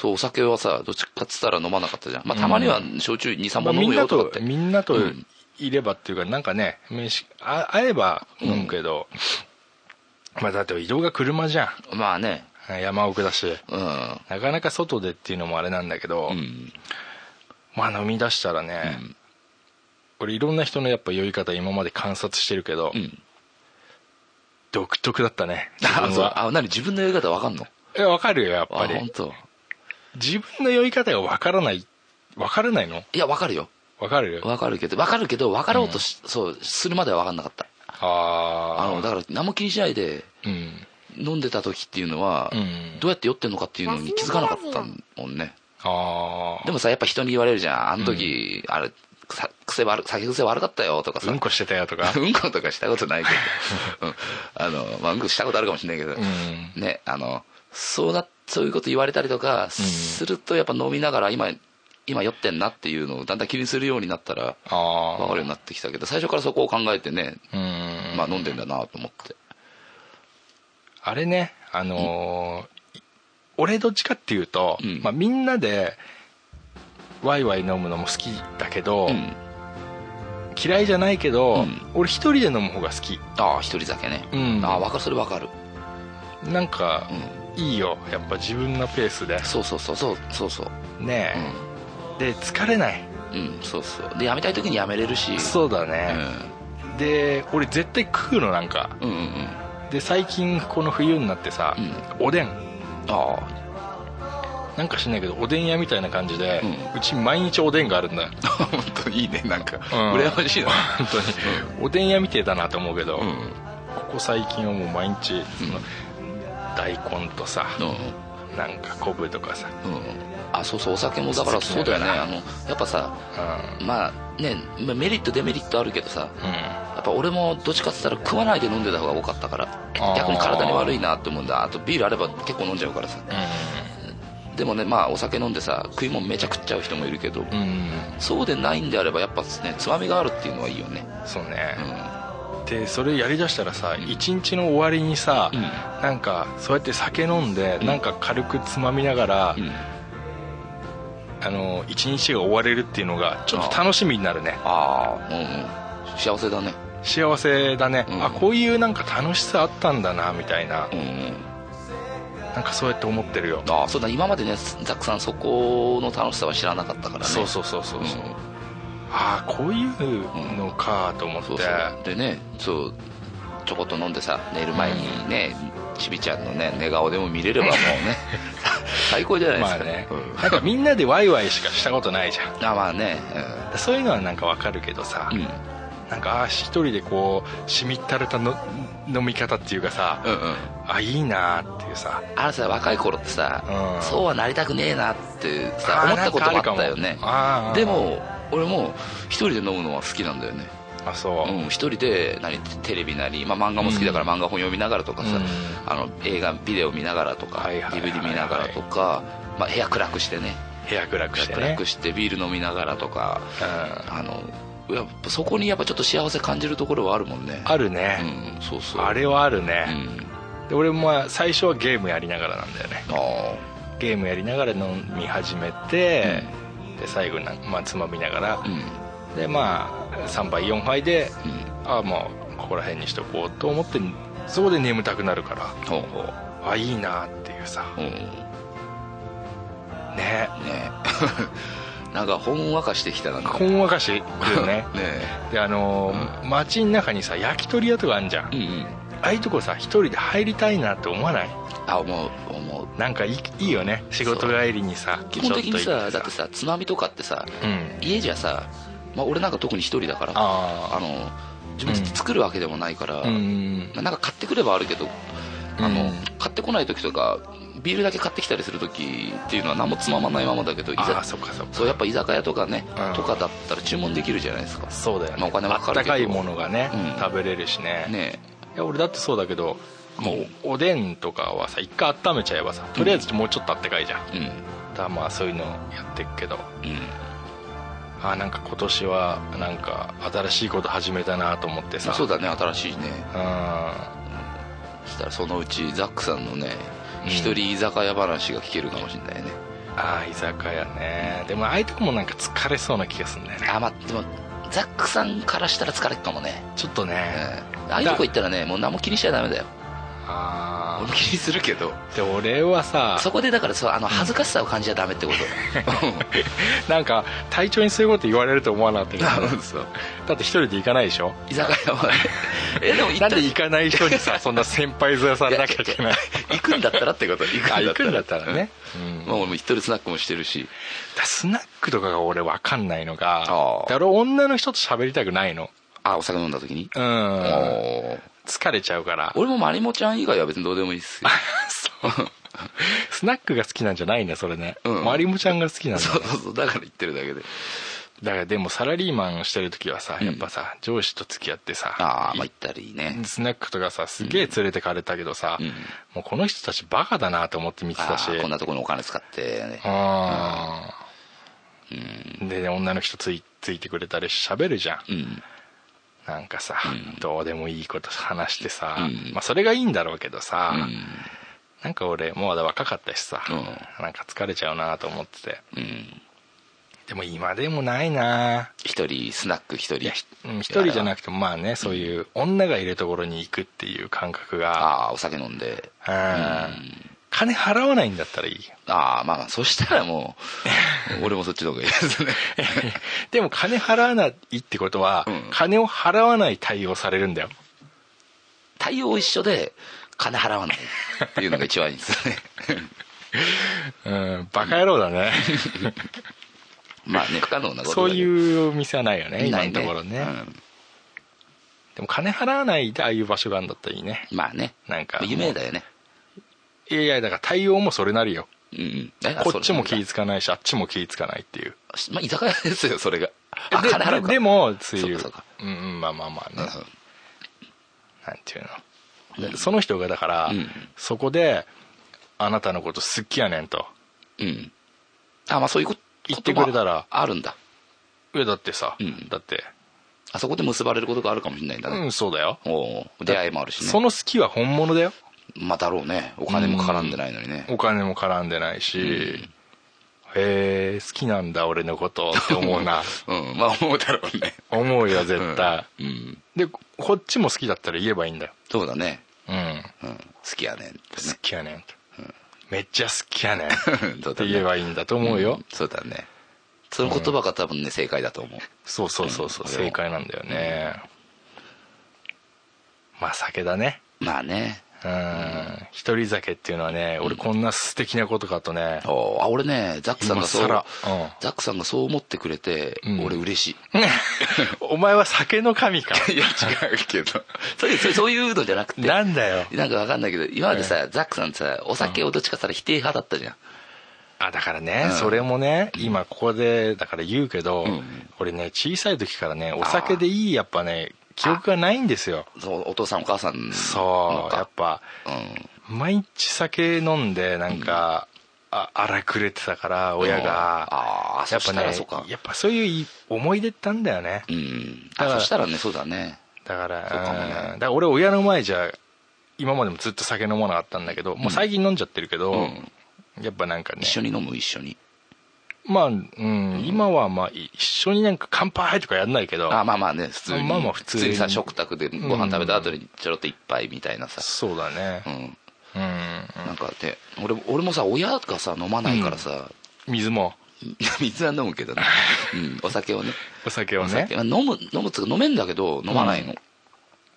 Speaker 3: そうお酒はさどっちかっつったら飲まなかったじゃんまあたまには焼酎23
Speaker 4: ま
Speaker 3: 本
Speaker 4: あみ
Speaker 3: 飲
Speaker 4: ん
Speaker 3: む
Speaker 4: な
Speaker 3: よとかっ
Speaker 4: と
Speaker 3: て
Speaker 4: みんなと
Speaker 3: うん
Speaker 4: いればっていうかなんかね飯あ会えば飲むけど、まあだって移動が車じゃ
Speaker 3: まあね
Speaker 4: ん山奥だし
Speaker 3: うん
Speaker 4: なかなか外でっていうのもあれなんだけど、
Speaker 3: うん
Speaker 4: まあ飲み出したらね、俺いろんな人のやっぱ酔い方今まで観察してるけど、
Speaker 3: うん
Speaker 4: 独特だったね自
Speaker 3: あ
Speaker 4: 分
Speaker 3: そう
Speaker 4: は
Speaker 3: あ何自分のやり方わかんの
Speaker 4: えわかるよやっぱ
Speaker 3: あ本
Speaker 4: り
Speaker 3: 当。
Speaker 4: 自分の酔い方がわからないわからないの
Speaker 3: いやわかるよ
Speaker 4: わかる
Speaker 3: わかるけどわかるけどわかろうとし、そうするまではわかんなかったあ
Speaker 4: あ
Speaker 3: のだから何も気にしないで
Speaker 4: あうん
Speaker 3: 飲んでた時っていうのは、
Speaker 4: うん
Speaker 3: どうやって酔ってんのかっていうのに気づかなかったもんね
Speaker 4: ああ
Speaker 3: でもさやっぱ人に言われるじゃんあの時、あれさ癖悪酒癖悪かったよとかさ、
Speaker 4: うんこしてたよとか
Speaker 3: うんことかしたことないけど、うんあのまあ、うんこしたことあるかもしれないけど、
Speaker 4: うん
Speaker 3: ねあのそうだそういうこと言われたりとかするとやっぱ飲みながら今今酔ってんなっていうのをだんだん気にするようになったら
Speaker 4: あ
Speaker 3: 分かるようになってきたけど最初からそこを考えてね、
Speaker 4: あうん
Speaker 3: まあ、飲んでんだなと思って
Speaker 4: あれねあのー俺どっちかっていうと、
Speaker 3: うん
Speaker 4: まあ、みんなでワイワイ飲むのも好きだけど、
Speaker 3: うん
Speaker 4: 嫌いじゃないけ
Speaker 3: う
Speaker 4: ど、
Speaker 3: ん
Speaker 4: 俺一人で飲む方が好き
Speaker 3: ああ一人酒ね、
Speaker 4: うん
Speaker 3: ああ分かるそれ分かる、
Speaker 4: なんか
Speaker 3: う、ん、
Speaker 4: いいよやっぱ自分のペースで
Speaker 3: そうそうそうそうそうそう
Speaker 4: ねえ、で疲れない
Speaker 3: うん、うん、そうそうでやめたい時にやめれるし
Speaker 4: そうだ
Speaker 3: う
Speaker 4: ね、
Speaker 3: ん
Speaker 4: で俺絶対食うのなんか
Speaker 3: うんうんうん
Speaker 4: で最近この冬になってさ、おでん
Speaker 3: あ
Speaker 4: なんか知んないけどおでん屋みたいな感じで、
Speaker 3: う
Speaker 4: うち毎日おでんがあるんだよ
Speaker 3: あ本当にいいねなんか、
Speaker 4: ん
Speaker 3: 羨まし いな
Speaker 4: 本当に、おでん屋みてえだなと思うけど、
Speaker 3: うん
Speaker 4: ここ最近はもう毎日その、大根とさ、
Speaker 3: う
Speaker 4: なんか昆布とかさ、
Speaker 3: ん、うん、あそうそうお酒もだからそうだよねあのやっぱさ
Speaker 4: う
Speaker 3: まあねまあメリットデメリットあるけどさ
Speaker 4: んうん、
Speaker 3: やっぱ俺もどっちかって言ったら食わないで飲んでた方が多かったから
Speaker 4: ー
Speaker 3: 逆に体に悪いなって思うんだあとビールあれば結構飲んじゃうからさでもねまあお酒飲んでさ食い物めちゃ食っちゃう人もいるけど、
Speaker 4: うんうん
Speaker 3: そうでないんであればやっぱねつまみがあるっていうのはいいよね
Speaker 4: そうね、
Speaker 3: うん
Speaker 4: でそれやりだしたらさ一日の終わりにさ、
Speaker 3: うん
Speaker 4: なんかそうやって酒飲んで、なんか軽くつまみながら、
Speaker 3: うん
Speaker 4: あの一日が終われるっていうのがちょっと楽しみになるね
Speaker 3: ああうんうん幸せだね
Speaker 4: 幸せだね、
Speaker 3: うん
Speaker 4: あこういうなんか楽しさあったんだなみたいな
Speaker 3: うんうん
Speaker 4: なんかそうやって思ってるよ
Speaker 3: ああそうだ今までねたくさんそこの楽しさは知らなかったからね
Speaker 4: そうそうそうそう、
Speaker 3: うん
Speaker 4: ああこういうのかと思って、
Speaker 3: そうそうでねそうちょこっと飲んでさ寝る前にね、ちびちゃんのね寝顔でも見れればもうね 最高じゃないで
Speaker 4: ますあ
Speaker 3: か
Speaker 4: ね、
Speaker 3: うん
Speaker 4: なんかみんなでワイワイしかしたことないじゃん
Speaker 3: あまあね
Speaker 4: そういうのはなんかわかるけどさ、
Speaker 3: うん、うん、
Speaker 4: なんかああ一人でこうしみったれたの飲み方っていうかさ、
Speaker 3: うんうん
Speaker 4: あいいなーっていうさ
Speaker 3: あのさ若い頃ってさ、
Speaker 4: うん
Speaker 3: そうはなりたくねえなってさ
Speaker 4: あー
Speaker 3: 思ったこともあったよ
Speaker 4: なん
Speaker 3: ね
Speaker 4: かあるかもあー
Speaker 3: でも俺も一人で飲むのは好きなんだよね
Speaker 4: あそう、
Speaker 3: うん、一人で何テレビなり、まあ、漫画も好きだから漫画本読みながらとかさ、
Speaker 4: うん
Speaker 3: あの映画ビデオ見ながらとか、
Speaker 4: はいはいはいはい
Speaker 3: DVD 見ながらとか、まあ、部屋暗くしてね
Speaker 4: 部屋暗くして
Speaker 3: 暗
Speaker 4: ね
Speaker 3: くしてビール飲みながらとか
Speaker 4: うん
Speaker 3: あのやっぱそこにやっぱちょっと幸せ感じるところはあるもんね
Speaker 4: あるね、
Speaker 3: うんそうそう
Speaker 4: あれはある
Speaker 3: う
Speaker 4: ね、
Speaker 3: ん
Speaker 4: で俺もまあ最初はゲームやりながらなんだよね
Speaker 3: ああ
Speaker 4: ゲームやりながら飲み始めて、で最後なんまあ、つまみながら
Speaker 3: う、ん
Speaker 4: でまあ3杯4杯で、
Speaker 3: うん
Speaker 4: ああもうここら辺にしとこうと思ってそこで眠たくなるから
Speaker 3: ほうほう
Speaker 4: あいいなっていうさ
Speaker 3: うんね
Speaker 4: ね
Speaker 3: え なんかほんわかしてきたなんか
Speaker 4: ほんわかしく るね
Speaker 3: ね
Speaker 4: であのー街の中にさ焼き鳥屋とかあんじゃん、
Speaker 3: えうんうん
Speaker 4: ああいうとこさ一人で入りたいなって思わない
Speaker 3: あ思う思う
Speaker 4: なんかいいいいよね仕事帰りにさ
Speaker 3: 基本的に
Speaker 4: ちょっと
Speaker 3: さ
Speaker 4: 行
Speaker 3: だってさ津波とかってさ
Speaker 4: うん
Speaker 3: 家じゃさ、まあ、俺なんか特に一人だからあ
Speaker 4: あ
Speaker 3: の自分で作るわけでもないから、
Speaker 4: あうん
Speaker 3: なんか買ってくればあるけどあの、
Speaker 4: うん
Speaker 3: 買ってこない時とかビールだけ買ってきたりする時っていうのは何もつままないままだけどい
Speaker 4: ああ
Speaker 3: ざ
Speaker 4: そっかそっか
Speaker 3: そうやっぱ居酒屋とかね、
Speaker 4: うん
Speaker 3: とかだったら注文できるじゃないですか
Speaker 4: そうだよね、
Speaker 3: まあお金はかかる
Speaker 4: あ
Speaker 3: け
Speaker 4: っ
Speaker 3: ど
Speaker 4: たかいものがね、
Speaker 3: うん
Speaker 4: 食べれるしね
Speaker 3: ね
Speaker 4: いや俺だってそうだけどもうおでんとかはさ一回温めちゃえばさとりあえずもうちょっとあったかいじゃん、
Speaker 3: えうん
Speaker 4: だからまあそういうのやってっけど
Speaker 3: うん
Speaker 4: ああなんか今年はなんか新しいこと始めたなと思ってさ
Speaker 3: そうだね新しいね
Speaker 4: うん
Speaker 3: そしたらそのうちザックさんのね
Speaker 4: うん
Speaker 3: 一、人居酒屋話が聞けるかもしれないね
Speaker 4: ああ居酒屋ねでもああいうとこもなんか疲れそうな気がするんだよね
Speaker 3: あまあでもザックさんからしたら疲れっかもね
Speaker 4: ちょっとね、
Speaker 3: ああいうとこ行ったらねもう何も気にしちゃダメだよ
Speaker 4: あ
Speaker 3: 気にするけど
Speaker 4: あで俺はさ
Speaker 3: そこでだからそうあの恥ずかしさを感じちゃダメってこと
Speaker 4: なんか 体調にそういうこと言われると思わなかったけど
Speaker 3: そう
Speaker 4: だって一人で行かないでしょ
Speaker 3: 居酒屋はねえでも行った
Speaker 4: なんで行かない人に さそんな先輩面されなきゃいけない
Speaker 3: ややや行くんだったらってこと行くんだった
Speaker 4: あ
Speaker 3: ら
Speaker 4: 行くんだったらね、うん
Speaker 3: まあ、俺も一人スナックもしてるし
Speaker 4: だスナックとかが俺分かんないの
Speaker 3: あ
Speaker 4: が
Speaker 3: ー
Speaker 4: だから俺女の人と喋りたくないの
Speaker 3: あお酒飲んだ時に、
Speaker 4: うん
Speaker 3: おー
Speaker 4: 疲れちゃうから
Speaker 3: 俺もまりもちゃん以外は別にどうでもいいっすよそう
Speaker 4: スナックが好きなんじゃないんだそれね、
Speaker 3: うん
Speaker 4: マリモちゃんが好きなんだ
Speaker 3: そうそうそうだから言ってるだけで
Speaker 4: だからでもサラリーマンをしてる時はさ
Speaker 3: ん
Speaker 4: やっぱさ、上司と付き合ってさ
Speaker 3: ああ
Speaker 4: い
Speaker 3: まあ行ったりね
Speaker 4: スナックとかさすげえ連れてかれたけどさ、
Speaker 3: うん
Speaker 4: もうこの人たちバカだなと思って見て
Speaker 3: あ
Speaker 4: たし
Speaker 3: あこんなとこにお金使ってね
Speaker 4: うんで女の人ついついてくれたり喋るじゃん
Speaker 3: うん
Speaker 4: なんかさ、どうでもいいこと話してさ、
Speaker 3: うん
Speaker 4: まあ、それがいいんだろうけどさ、
Speaker 3: うん
Speaker 4: なんか俺もうまだ若かったしさ、
Speaker 3: うん
Speaker 4: なんか疲れちゃうなと思ってて
Speaker 3: うん
Speaker 4: でも今でもないな
Speaker 3: 一人スナック一
Speaker 4: い
Speaker 3: 人
Speaker 4: やひうん一人じゃな
Speaker 3: く
Speaker 4: くてもまあねそういう女がいるところに行くっていう感覚が
Speaker 3: ああお酒飲んで
Speaker 4: うん
Speaker 3: ん
Speaker 4: 金払わないんだった らいいよ
Speaker 3: ああまあまあそしたらも う俺もそっちの方がいいですね
Speaker 4: でも金払わないってことは、
Speaker 3: うん
Speaker 4: 金を払わない対応されるんだよ
Speaker 3: 対応一緒で金払わないっていうのが一番いいです ね
Speaker 4: うんバカ野郎だね
Speaker 3: まあね不可能なこと
Speaker 4: そう
Speaker 3: う
Speaker 4: いうお店はないよね今のところねでも金払わないでああいう場所があるんだったらいいね
Speaker 3: まあね
Speaker 4: なんか
Speaker 3: 夢だよね
Speaker 4: いやいやだから対応もそれなるよ
Speaker 3: うんえあ
Speaker 4: こっちも気
Speaker 3: そ
Speaker 4: ぃ
Speaker 3: れ
Speaker 4: つかないしあっちも気ぃつかないっていう
Speaker 3: まあ居酒屋ですよそれがあ
Speaker 4: で
Speaker 3: 金払う
Speaker 4: で
Speaker 3: か
Speaker 4: でもそういう
Speaker 3: そうか
Speaker 4: うんうんまあまあまあね、
Speaker 3: うん
Speaker 4: なんていうの、でその人がだから、
Speaker 3: うん
Speaker 4: そこであなたのこと好きやねんと
Speaker 3: うんあまあそういうこと
Speaker 4: 言ってくれたら
Speaker 3: こともあるんだ
Speaker 4: いやだってさ、
Speaker 3: うん
Speaker 4: だって
Speaker 3: あそこで結ばれることがあるかもしれないんだ
Speaker 4: う
Speaker 3: ね
Speaker 4: んそうだよ
Speaker 3: おう出会いもあるしね
Speaker 4: その好きは本物だよ
Speaker 3: まあだろうねお金も絡んでないのにね
Speaker 4: お金も絡んでないし、
Speaker 3: ん
Speaker 4: へえ好きなんだ俺のことって思 うな
Speaker 3: うんまあ思うだろうね
Speaker 4: 思うよ絶対、
Speaker 3: うん
Speaker 4: でここっちも好きだったら言えばいいんだよ
Speaker 3: そうだね
Speaker 4: うん
Speaker 3: うん好きやねん って
Speaker 4: 好きやねんと、めっちゃ好き やねん
Speaker 3: ねどうだ
Speaker 4: って
Speaker 3: ね
Speaker 4: 言えばいいんだと思うよ、
Speaker 3: んそうだねその言葉が多分ね正解だと思う
Speaker 4: そうそうそうそう、
Speaker 3: うん
Speaker 4: 正解なんだよね、まあ酒だね
Speaker 3: まあね
Speaker 4: うん一人酒っていうのはね俺こんな素敵なことかとね、
Speaker 3: おうあ俺ねザックさんがそう、
Speaker 4: 今更うん
Speaker 3: ザックさんがそう思ってくれて、
Speaker 4: うん
Speaker 3: 俺嬉しい
Speaker 4: お前は酒の神 か
Speaker 3: いや違 うけど そういうそうそういうのじゃなくてな
Speaker 4: なんだよ
Speaker 3: んかわかんないけど今までさ、ザックさんさお酒をどっちかって言ったら否定派だったじゃん、
Speaker 4: あだからね、
Speaker 3: うん
Speaker 4: それもね今ここでだから言うけど、
Speaker 3: うん
Speaker 4: 俺ね小さい時からねお酒でいいやっぱね記憶がないんですよ
Speaker 3: そうお父さんお母さんの
Speaker 4: そ
Speaker 3: か
Speaker 4: うやっぱ
Speaker 3: うん
Speaker 4: 毎日酒飲んでなんか、あ荒くれてたから親が、
Speaker 3: ああー
Speaker 4: や
Speaker 3: そ
Speaker 4: っぱ
Speaker 3: した
Speaker 4: ね
Speaker 3: らそうか
Speaker 4: やっぱそういうい思い出ってあんだよね、
Speaker 3: うんあ
Speaker 4: だから
Speaker 3: そしたらねそうだね
Speaker 4: だから
Speaker 3: そうかもね
Speaker 4: うんだから俺親の前じゃ今までもずっと酒飲まなかったんだけど、もう最近飲んじゃってるけど、
Speaker 3: うん
Speaker 4: やっぱなんかね
Speaker 3: 一緒に飲む一緒に
Speaker 4: まあ、うん今はまあい一緒になんか乾杯とかやんないけど
Speaker 3: あまあまあね普通に
Speaker 4: まあまあ普通に
Speaker 3: さ食卓でご飯食べた後にちょろっと一杯みたいなさ
Speaker 4: そうだね
Speaker 3: うん
Speaker 4: うん、
Speaker 3: なんかで俺も俺もさ親がさ飲まないからさ、
Speaker 4: 水も
Speaker 3: 水は飲むけ どね、うん、お酒をね
Speaker 4: お酒を
Speaker 3: お
Speaker 4: ね
Speaker 3: 酒は飲む飲むっつうか飲めんだけど飲まないの、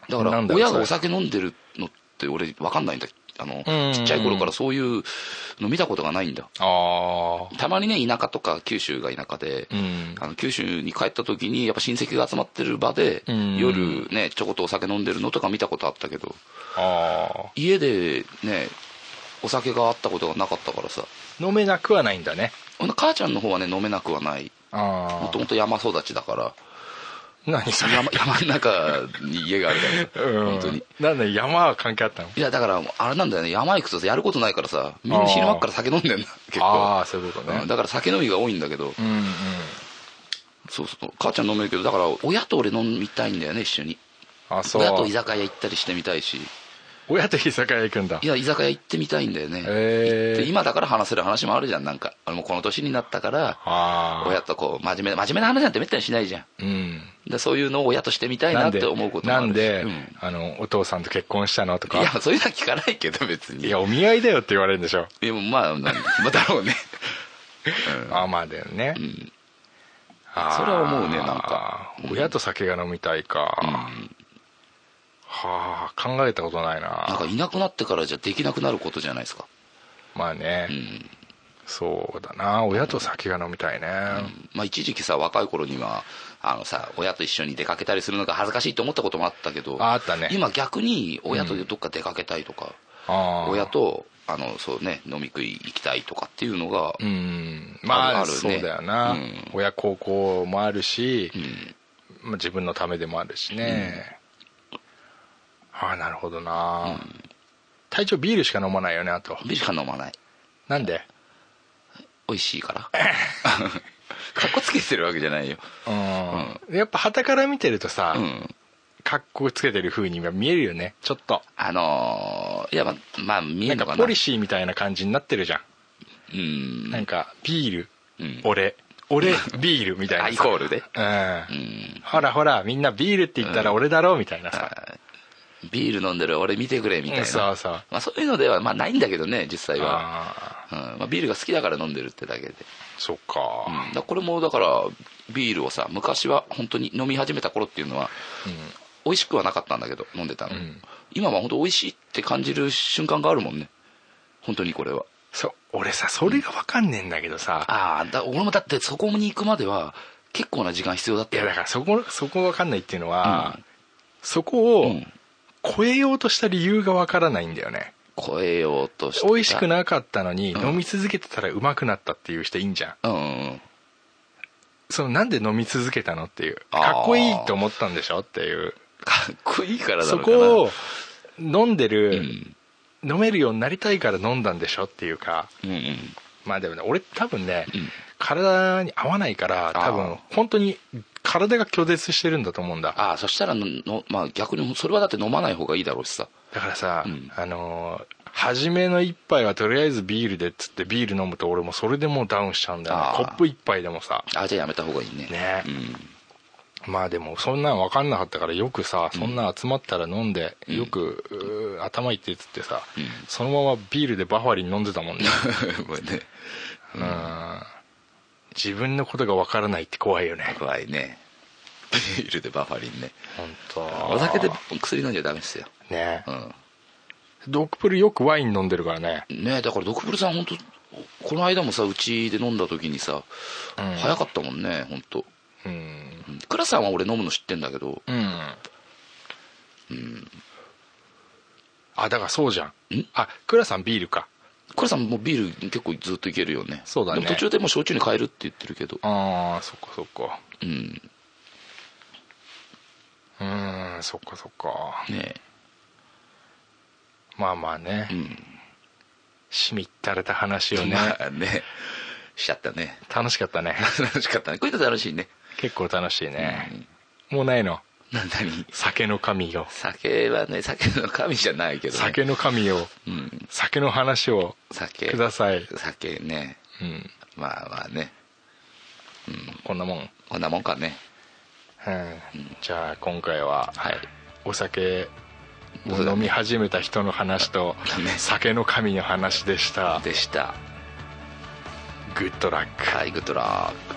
Speaker 3: だか
Speaker 4: な
Speaker 3: ら
Speaker 4: んだよ
Speaker 3: 親
Speaker 4: そ
Speaker 3: が
Speaker 4: れ
Speaker 3: お酒飲んでるのって俺分かんないんだあの
Speaker 4: うん
Speaker 3: ちっちゃい頃からそういうの見たことがないんだ
Speaker 4: ああ
Speaker 3: たまにね田舎とか九州が田舎で、
Speaker 4: うん
Speaker 3: あの九州に帰った時にやっぱ親戚が集まってる場で、
Speaker 4: うん
Speaker 3: 夜ねちょこっとお酒飲んでるのとか見たことあったけど
Speaker 4: あ
Speaker 3: 家でねお酒があったことがなかったからさ
Speaker 4: ー飲めなくはないんだね
Speaker 3: ほんで母ちゃんの方はね飲めなくはないも
Speaker 4: あ
Speaker 3: ともと山育ちだから
Speaker 4: あ何それ
Speaker 3: 山山の中に家があるからさ本当に
Speaker 4: なんで山は関係あったの
Speaker 3: いやだからあれなんだよね山行くとさやることないからさみんな昼間っから酒飲んでんだ結
Speaker 4: あ
Speaker 3: 構
Speaker 4: あそういうこと
Speaker 3: うん
Speaker 4: ね
Speaker 3: だから酒飲みが多いんだけど、
Speaker 4: うんうん
Speaker 3: そうそう母ちゃん飲めるけどだから親と俺飲みたいんだよね一緒に
Speaker 4: あそう
Speaker 3: 親と居酒屋行ったりしてみたいし
Speaker 4: 親と居酒屋行くんだ
Speaker 3: いや居酒屋行ってみたいんだよね、
Speaker 4: へ
Speaker 3: で
Speaker 4: え
Speaker 3: 今だから話せる話もあるじゃんなんか俺もこの年になったから
Speaker 4: ああ
Speaker 3: 親とこう真面目真面目な話なんてめったにしないじゃん
Speaker 4: うん
Speaker 3: でそういうのを親としてみたいなって思うこともあ
Speaker 4: なん
Speaker 3: るし
Speaker 4: で
Speaker 3: うん
Speaker 4: あのお父さんと結婚したのと
Speaker 3: い
Speaker 4: か
Speaker 3: やそういうのは聞かないけど別に
Speaker 4: いやお見合いだよって言われるんでしょ
Speaker 3: いやまあなん まあだろうね
Speaker 4: ああまあだよね
Speaker 3: ん
Speaker 4: あー
Speaker 3: それは思うねなんか
Speaker 4: 親と酒が飲みたいかはあ考えたことないな
Speaker 3: なんかいなくなってからじゃできなくなることじゃないですか
Speaker 4: まあね、
Speaker 3: うん
Speaker 4: そうだな親と酒が飲みたいね、
Speaker 3: まあ、一時期さ若い頃にはあのさ親と一緒に出かけたりするのが恥ずかしいと思ったこともあったけど
Speaker 4: ああったね
Speaker 3: 今逆に親とどっか出かけたいとか、
Speaker 4: ああ
Speaker 3: 親とあのそう、ね、飲み食い行きたいとかっていうのが、
Speaker 4: うんまあ
Speaker 3: あるあるね
Speaker 4: そうだよな、
Speaker 3: うん
Speaker 4: 親孝行もあるし、
Speaker 3: うん
Speaker 4: まあ、自分のためでもあるしね、ああなるほどな、体調ビールしか飲まないよねあと
Speaker 3: ビールしか飲まない
Speaker 4: なんで
Speaker 3: 美味しいから かっこつけてるわけじゃないよ
Speaker 4: うん、やっぱ傍から見てるとさ、
Speaker 3: うん
Speaker 4: かっこつけてる風には見えるよねちょっと
Speaker 3: あのーいやまあまあ見える
Speaker 4: なん
Speaker 3: の
Speaker 4: か
Speaker 3: かな
Speaker 4: ポリシーみたいな感じになってるじゃん、
Speaker 3: うん
Speaker 4: なんかビール、
Speaker 3: うん
Speaker 4: 俺俺ビールみたいな
Speaker 3: アイコールで
Speaker 4: うん、
Speaker 3: うん
Speaker 4: ほらほらみんなビールって言ったら俺だろみたいなさ、
Speaker 3: ビール飲んでる俺見てくれみたいな、
Speaker 4: そうそう
Speaker 3: まあ、そういうのではまあないんだけどね実際は、
Speaker 4: ああ
Speaker 3: うんまあ、ビールが好きだから飲んでるってだけで、
Speaker 4: そっ
Speaker 3: うん
Speaker 4: か、
Speaker 3: だからこれもだからビールをさ昔は本当に飲み始めた頃っていうのは美味しくはなかったんだけど飲んでたの、
Speaker 4: ん
Speaker 3: 今は本当美味しいって感じる瞬間があるもんね本当にこれは
Speaker 4: そう俺さそれが分かんねえんだけどさ、
Speaker 3: ああだ俺もだってそこに行くまでは結構な時間必要だった
Speaker 4: いや
Speaker 3: よ
Speaker 4: だからそこそこ分かんないっていうのは、
Speaker 3: うん
Speaker 4: そこ
Speaker 3: う
Speaker 4: を
Speaker 3: ん
Speaker 4: 超えようとした理由が分からないんだよね
Speaker 3: 超えようとして
Speaker 4: 美味しくなかったのに
Speaker 3: うん
Speaker 4: 飲み続けてたらうまくなったっていう人いいんじゃん
Speaker 3: うんうん
Speaker 4: そのなんで飲み続けたのっていう
Speaker 3: あー
Speaker 4: かっこいいと思ったんでしょっていう
Speaker 3: かっこいいからだ
Speaker 4: そ
Speaker 3: ろうかな
Speaker 4: こを飲んでる、
Speaker 3: うん
Speaker 4: 飲めるようになりたいから飲んだんでしょっていうか
Speaker 3: うんうん
Speaker 4: まあでもね俺多分ね、
Speaker 3: うん
Speaker 4: 体に合わないから多分
Speaker 3: あ
Speaker 4: 本当に体が拒絶してるんだと思うんだ
Speaker 3: ああそしたらのの、まあ、逆にそれはだって飲まない方がいいだろうしさ
Speaker 4: だからさ、
Speaker 3: うん
Speaker 4: あのー初めの一杯はとりあえずビールでっつってビール飲むと俺もそれでもうダウンしちゃうんだよね
Speaker 3: あー
Speaker 4: コップ一杯でもさ
Speaker 3: ああじゃあやめた方がいいね
Speaker 4: ね
Speaker 3: うん
Speaker 4: まあでもそんなん分かんなかったからよくさそんなん集まったら飲んで、よくうー頭いってっつってさ、そのままビールでバファリン飲んでたも んね
Speaker 3: ごめんね
Speaker 4: うん自分のことが分からないって怖いよね
Speaker 3: 怖いね ビールでバファリンね
Speaker 4: 本当。
Speaker 3: お酒で薬飲んじゃダメですよ
Speaker 4: ね
Speaker 3: うん
Speaker 4: ドッグプルよくワイン飲んでるからね
Speaker 3: ねえだからドクブルさん本当この間もさうちで飲んだ時にさ、
Speaker 4: うん
Speaker 3: 早かったもんね本当
Speaker 4: うん
Speaker 3: クラさんは俺飲むの知ってんだけど
Speaker 4: うん、あだからそうじゃん
Speaker 3: ん
Speaker 4: あ倉さんビールか
Speaker 3: クラさんもうビール結構ずっといけるよね
Speaker 4: そうだね
Speaker 3: でも途中でもう焼酎に変えるって言ってるけど
Speaker 4: ああそっかそっか
Speaker 3: うん
Speaker 4: うーんそっかそっか
Speaker 3: ねえ
Speaker 4: まあまあね、
Speaker 3: ん
Speaker 4: しみったれた話をね、
Speaker 3: まあねしちゃったね
Speaker 4: 楽しかったね
Speaker 3: 楽しかったねこういうの楽しいね
Speaker 4: 結構楽しいね、もうないの
Speaker 3: な何
Speaker 4: 酒の神よ
Speaker 3: 酒はね酒の神じゃないけど、ね、
Speaker 4: 酒の神よ
Speaker 3: うん
Speaker 4: 酒の話を
Speaker 3: 酒
Speaker 4: ください、
Speaker 3: 酒ね
Speaker 4: うん、
Speaker 3: まあまあね
Speaker 4: こんなもん、うん、
Speaker 3: こんなもんかね
Speaker 4: じゃあ今回は
Speaker 3: はい
Speaker 4: お酒
Speaker 3: そ
Speaker 4: を
Speaker 3: うだね
Speaker 4: 飲み始めた人の話と
Speaker 3: ね
Speaker 4: 酒の神の話でした
Speaker 3: でした
Speaker 4: グッドラック
Speaker 3: はいグッドラック